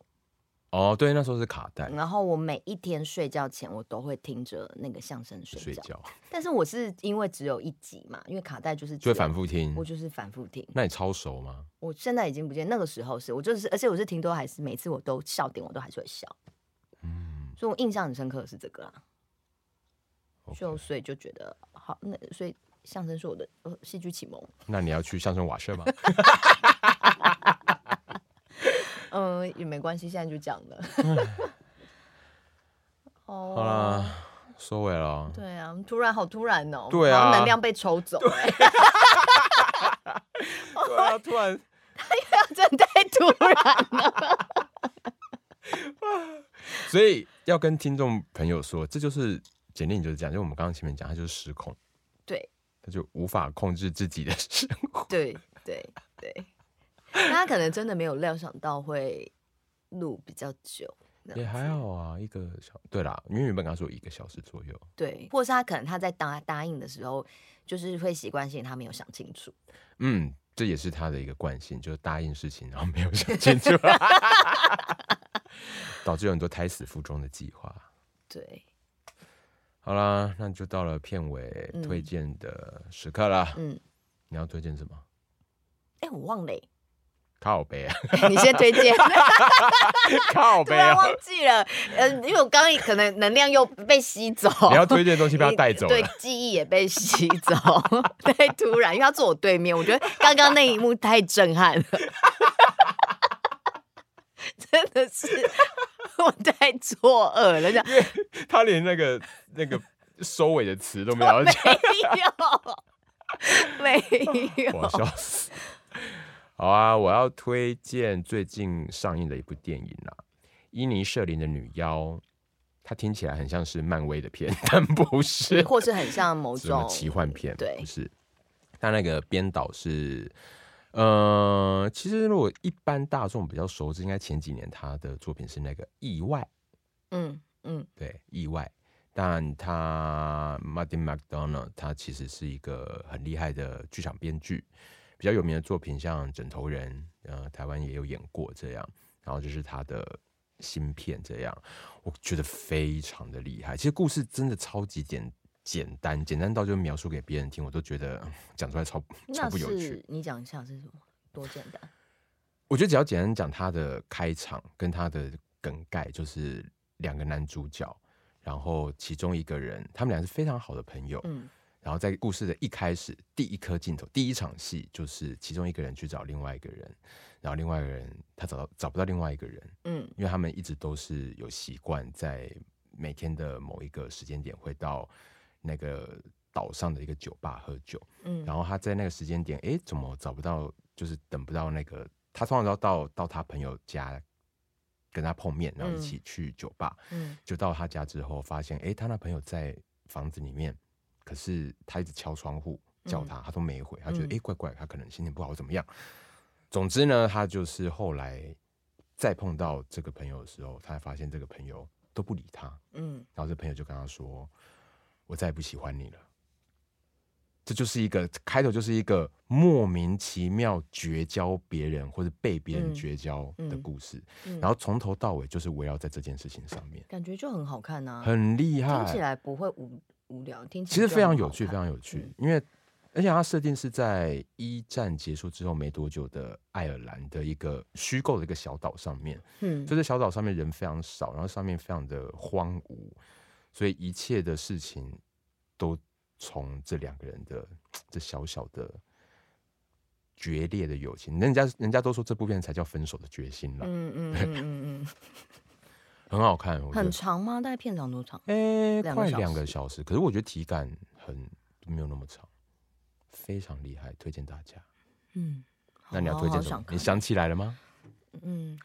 C: 哦，对，那时候是卡带
B: 然后我每一天睡觉前，我都会听着那个相声
C: 睡
B: 睡觉。
C: 觉，
B: 但是我是因为只有一集嘛，因为卡带就是只
C: 就
B: 有
C: 会反，复听
B: 我。就是反复听。
C: 那你超熟吗？
B: 我现在已经不见，那个时候是我就是，而且我是听都还是每次我都笑点，我都还是会笑，
C: 嗯，
B: 所以我印象很深刻的是这个啦。就
C: OK
B: 所以就觉得好，那所以相声是我的呃戏剧启蒙。
C: 那你要去相声瓦 舍吗？
B: 嗯、也没关系，现在就讲了。 哦，
C: 好啦，收尾了。
B: 对啊，突然好突然哦，
C: 对啊
B: 好像能量被抽走、欸，
C: 对啊，突然
B: 真的太突然。
C: 所以要跟听众朋友说，这就是简历，就是这样，就我们刚刚前面讲，他就是失控，
B: 对
C: 他就无法控制自己的生活。
B: 对对对，他可能真的没有料想到会录比较久，这样
C: 也还好啊，一个小对啦，因为原本刚刚说一个小时左右，
B: 对，或是他可能他在答答应的时候，就是会习惯性他没有想清楚。
C: 嗯，这也是他的一个惯性，就是答应事情然后没有想清楚， 导致有很多胎死腹中的计划。
B: 对，
C: 好啦，那就到了片尾
B: 嗯
C: 推荐的时刻啦。
B: 嗯，
C: 你要推荐什么？
B: 哎、我忘了欸、欸
C: 靠背 啊，
B: 你先推 荐，
C: 靠
B: 突
C: 背
B: 然
C: 啊！
B: 忘记了，呃，因为我刚刚可能能量又被吸走，
C: 你要推荐的东西被他带走了
B: 对，记忆也被吸走， 太突然，因为他坐我对面，我觉得刚刚那一幕太震撼了， 真的是我太作愕了，这 样
C: 他连那个那个收尾的词都 没有讲，啊
B: 没有没
C: 我
B: 有
C: 要笑死。好啊，我要推荐最近上映的一部电影啦，《伊尼舍林的女妖》，它听起来很像是漫威的片，但不 是，
B: 或是很像某
C: 什么
B: 种
C: 奇幻片，
B: 对
C: 不是。它那个编导是，呃，其实如果一般大众比较熟知，应该前几年他的作品是那个《意外》。
B: 嗯嗯
C: 对，意外。但他 Martin McDonough 他其实是一个很厉害的剧场编剧，比较有名的作品像《枕头人》，呃，台湾也有演过这样。然后就是他的新片这样，我觉得非常的厉害。其实故事真的超级简简单，简单到就描述给别人听，我都觉得嗯讲出来超超
B: 那
C: 不有趣
B: 是。你讲一下是什么？多简单。
C: 我觉得只要简单讲他的开场跟他的梗概，就是两个男主角，然后其中一个人，他们俩是非常好的朋友。
B: 嗯
C: 然后在故事的一开始，第一颗镜头，第一场戏就是其中一个人去找另外一个人，然后另外一个人他找到找不到另外一个人，
B: 嗯
C: 因为他们一直都是有习惯在每天的某一个时间点会到那个岛上的一个酒吧喝酒，
B: 嗯，
C: 然后他在那个时间点，诶，怎么找不到？就是等不到那个他通常都要到到他朋友家跟他碰面，然后一
B: 嗯
C: 起去酒吧，
B: 嗯
C: 就到他家之后，发现哎、诶他那朋友在房子里面，可是他一直敲窗户叫他，他都没回，他觉得哎、
B: 嗯
C: 诶怪怪，他可能心情不好怎么样。总之呢，他就是后来再碰到这个朋友的时候，他发现这个朋友都不理他，
B: 嗯
C: 然后这朋友就跟他说：“我再也不喜欢你了。”这就是一个开头，就是一个莫名其妙绝交别人或者被别人
B: 嗯
C: 绝交的
B: 嗯
C: 故事，
B: 嗯
C: 然后从头到尾就是围绕在这件事情上面。
B: 感觉就很好看呐、
C: 很厉害，
B: 听起来不会无无聊，听起
C: 其
B: 来
C: 实
B: 就
C: 非常
B: 很
C: 有
B: 好
C: 趣，非
B: 看嗯
C: 常有趣，因为而且它设定是在一战结束之后没多久的爱尔兰的一个虚构的一个小岛上面，
B: 嗯
C: 就是小岛上面人非常少，然后上面非常的荒芜，所以一切的事情都从这两个人的这小小的。决裂的友情，人家人家都说这部片才叫分手的决心了，
B: 嗯嗯嗯嗯
C: 很好看， 我
B: 嗯，
C: 觉得
B: 很长吗？大概片长多长？
C: 哎、
B: 两个
C: 快
B: 小
C: 两个
B: 时
C: 小时，可是我觉得体感很没有那么长，非常厉害，推荐大家。
B: 嗯，
C: 那你要
B: 好
C: 推
B: 好
C: 荐什
B: 想
C: 么？你
B: 看，
C: 想起来了吗？
B: 嗯，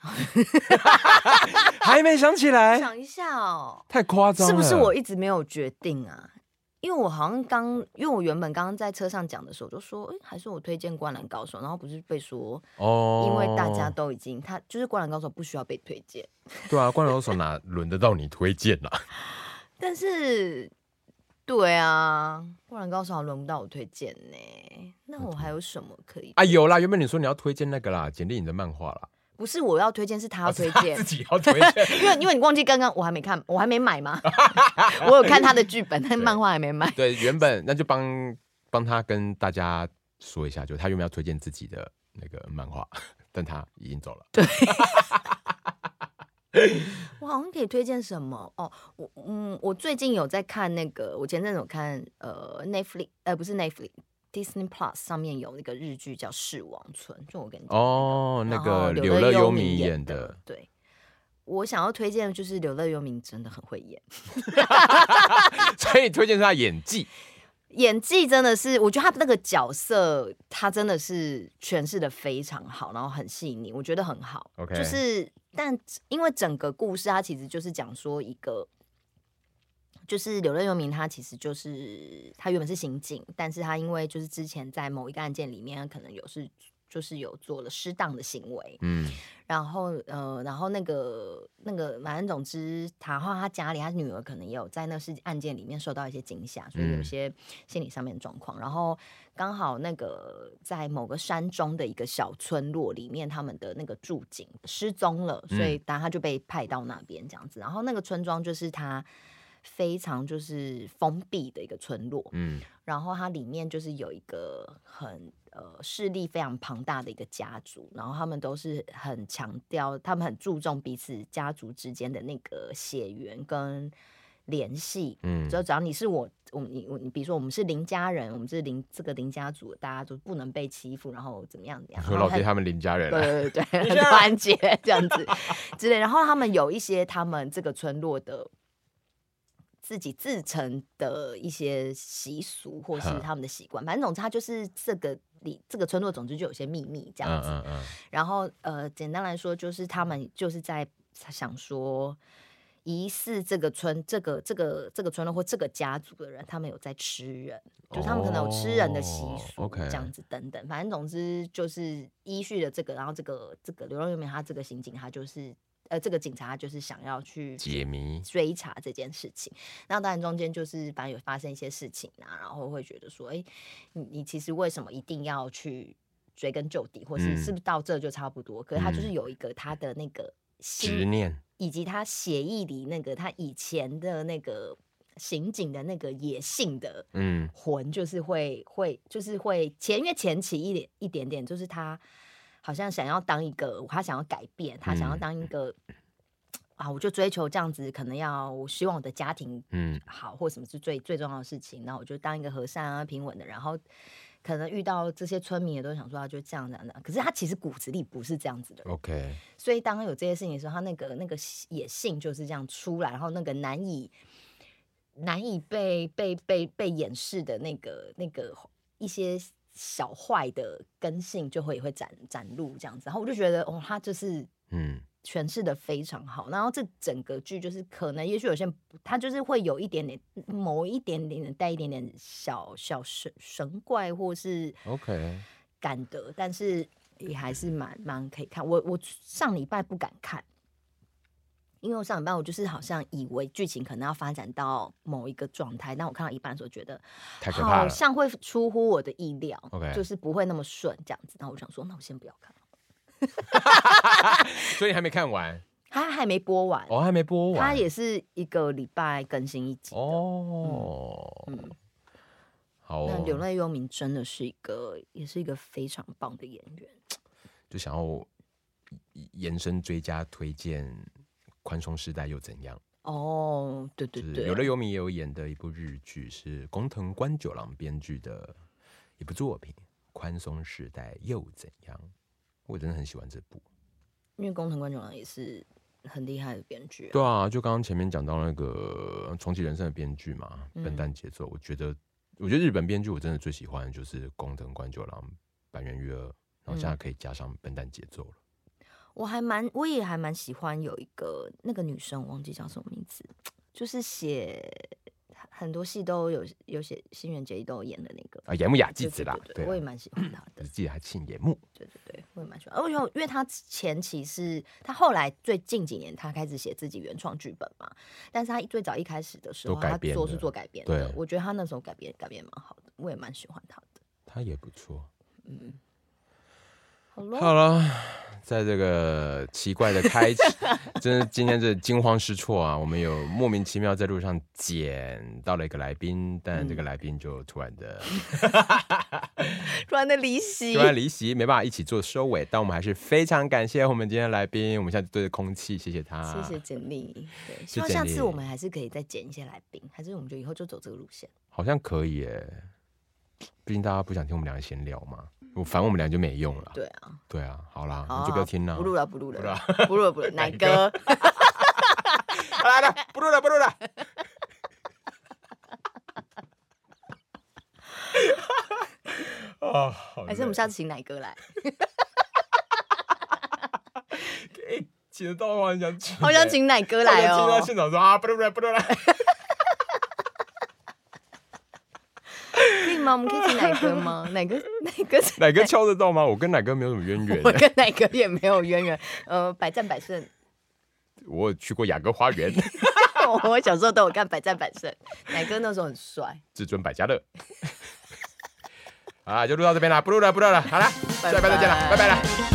C: 还没想起来，
B: 想一下哦，
C: 太夸张了。
B: 是不是我？一直没有决定啊？因为我好像刚，因为我原本刚刚在车上讲的时候就说，哎、还是我推荐《灌篮高手》，然后不是被说，
C: 哦，
B: 因为大家都已经，他就是《灌篮高手》不需要被推荐，
C: 对啊，关流手哪轮得到你推荐啊啦、
B: 但是，对啊，《灌篮高手》好像轮不到我推荐呢。那我还有什么可以？
C: 啊？有啦，原本你说你要推荐那个啦，简历你的漫画啦，
B: 不是我要推荐，是他要
C: 哦是
B: 推
C: 他
B: 荐
C: 自。己要推荐。
B: 因为因为你忘记刚刚我还没看，我还没买吗？我有看他的剧本，但漫画还没买。
C: 对，原本那就帮帮他跟大家说一下，就他原本要推荐自己的那个漫画，但他已经走了。
B: 我好像可以推荐什么哦？我嗯，我最近有在看那个，我前阵子有看呃 Netflix，呃不是 Netflix。Disney Plus 上面有那个日剧叫《世王村》，就我跟你讲
C: 哦，那
B: 然后
C: 个
B: 柳
C: 柳乐
B: 幽
C: 优弥演
B: 演
C: 的，。
B: 对，我想要推荐的就是柳乐优弥真的很会演，
C: 所以推荐是他演技。
B: 演技真的是，我觉得他那个角色，他真的是诠释的非常好，然后很细腻，我觉得很好。
C: OK
B: 就是但因为整个故事，它其实就是讲说一个，就是柳乐幽明，他其实就是他原本是刑警，但是他因为就是之前在某一个案件里面，可能有是就是有做了失当的行为，
C: 嗯，
B: 然后呃，然后那个那个，反正总之，他后他家里他女儿可能也有在那事案件里面受到一些惊吓，所以有
C: 嗯
B: 一些心理上面的状况。然后刚好那个在某个山中的一个小村落里面，他们的那个驻警失踪了，所以当他就被派到那边这样子。然后那个村庄就是他非常就是封闭的一个村落，
C: 嗯
B: 然后它里面就是有一个很呃势力非常庞大的一个家族，然后他们都是很强调，他们很注重彼此家族之间的那个血缘跟联系。
C: 嗯，
B: 就只要你是我，我们你我你，比如说我们是邻家人，我们是邻这个邻家族，大家都不能被欺负，然后怎么样怎么样。
C: 说
B: 然后
C: 老爹
B: 很
C: 他们邻家人啊，
B: 对对 对，很团结这样子之类。然后他们有一些他们这个村落的自己自成的一些习俗，或是
C: 哼
B: 他们的习惯，反正总之他就是这个里这个村落，总之就有些秘密这样
C: 嗯
B: 子。
C: 嗯嗯，
B: 然后呃，简单来说，就是他们就是在想说，疑似这个村、这个这个这个村落或这个家族的人，他们有在吃人，就是他们可能有吃人的习
C: 哦
B: 俗、
C: ，OK
B: 这样子等等。反正总之就是依序的这个，然后这个这个流浪游民他这个刑警他就是呃这个警察他就是想要去
C: 解谜，
B: 追查这件事情。那当然中间就是反正有发生一些事情啊，然后会觉得说，哎、你你其实为什么一定要去追根究底，或是
C: 嗯
B: 是不是到这就差不多？可是他就是
C: 嗯
B: 有一个他的那个
C: 执
B: 心，
C: 念，
B: 以及他协议里那个他以前的那个刑警的那个野性的。
C: 嗯
B: 魂就是会会就是会前，因为前期一点一点点，就是他好像想要当一个，他想要改变，他想要
C: 嗯
B: 当一个、啊，我就追求这样子，可能要我希望我的家庭
C: 嗯
B: 好或什么是最最重要的事情，那我就当一个和善啊平稳的，然后可能遇到这些村民也都想说他啊就这样这样这样，可是他其实骨子里不是这样子的人，
C: OK，
B: 所以当有这些事情的时候，他那个那个野性就是这样出来，然后那个难以难以被被被被掩饰的那个那个一些小坏的根性就会也会展展露这样子，然后我就觉得哦，他就是
C: 嗯，
B: 诠释的非常好。然后这整个剧就是可能，也许有些人不他就是会有一点点某一点点的带一点点小小神神怪或是
C: OK
B: 感的，但是也还是蛮蛮可以看。我我上礼拜不敢看。因为我上礼拜我就是好像以为剧情可能要发展到某一个状态，但我看到一半的时候觉得
C: 太可怕
B: 好
C: 了。
B: 像会出乎我的意料
C: OK
B: 就是不会那么顺这样子。然后我想说，那我先不要看，
C: 所以你还没看完，
B: 他还没播完，
C: 哦，还没播完，
B: 它也是一个礼拜更新一集的。
C: 哦，
B: 嗯
C: 好
B: 那柳
C: 哦，
B: 泪幽冥真的是一个，也是一个非常棒的演员。
C: 就想要延伸追加推荐。宽松时代又怎样？
B: 哦，对对
C: 就是
B: 对，
C: 有泪有迷也有演的一部日剧，是工藤官九郎编剧的一部作品，《宽松时代又怎样》。我真的很喜欢这部。
B: 因为工藤官九郎也是很厉害的编剧、啊。
C: 对啊，就刚刚前面讲到那个重启人生的编剧嘛，
B: 嗯
C: 笨蛋节奏，我觉得，我觉得日本编剧我真的最喜欢的就是工藤官九郎、板垣裕二，然后现在可以加上笨蛋节奏了。
B: 我还蛮，我也还蛮喜欢有一个那个女生，我忘记叫什么名字，就是写很多戏都有有写新垣结衣都有演的那个。
C: 啊，岩木雅纪
B: 对
C: 子
B: 对
C: 啦，
B: 对对，
C: 对
B: 我也
C: 啊，
B: 蛮喜欢她的
C: 只。记得还庆野木，
B: 对对对，我也蛮喜欢。而且我因为他前期是他后来最近几年他开始写自己原创剧本嘛，但是他最早一开始的时候
C: 做改
B: 他
C: 编
B: 做
C: 的
B: 是做改编的
C: 对，
B: 我觉得他那时候改编改编蛮好的，我也蛮喜欢他的。
C: 他也不错。
B: 好咯，
C: 好了，在这个奇怪的开启，真的今天这惊慌失措啊！我们有莫名其妙在路上捡到了一个来宾，但这个来宾就突然的、
B: 突然的离席
C: 突，然离席，没办法一起做收尾，但我们还是非常感谢我们今天的来宾，我们现在对着空气，谢谢他，
B: 谢谢，简历。对，希望
C: 啊简
B: 下
C: 历
B: 次我们还是可以再捡一些来宾，还是我们就以后就走这个路线。
C: 好像可以耶，毕竟大家不想听我们两个闲聊嘛，我反正我们俩就没用了，
B: 嗯对啊，
C: 对啊，好啦，
B: 好
C: 你
B: 啊
C: 就不要听了，
B: 不录了，不录了，不录了，不录了，奶哥。
C: 好啦，好啦不录了，不录 了。哦，好
B: 还是我们下次请奶哥来，
C: 哎请得到我很想请
B: 好想请奶哥来哦。
C: 场说啊，不录了，不录 了。
B: 可以吗？我们可以请奶哥吗？奶哥，奶哥，
C: 奶哥敲得到吗？我跟奶哥没有什么渊源
B: 我，跟奶哥也没有渊源，呃，百战百胜，
C: 我有去过雅阁花园，
B: 我小时候都有看百战百胜，奶哥那时候很帅，
C: 至尊百家乐。啊，就录到这边啦，不录了，不录了，好了，下礼拜再见了，拜拜了。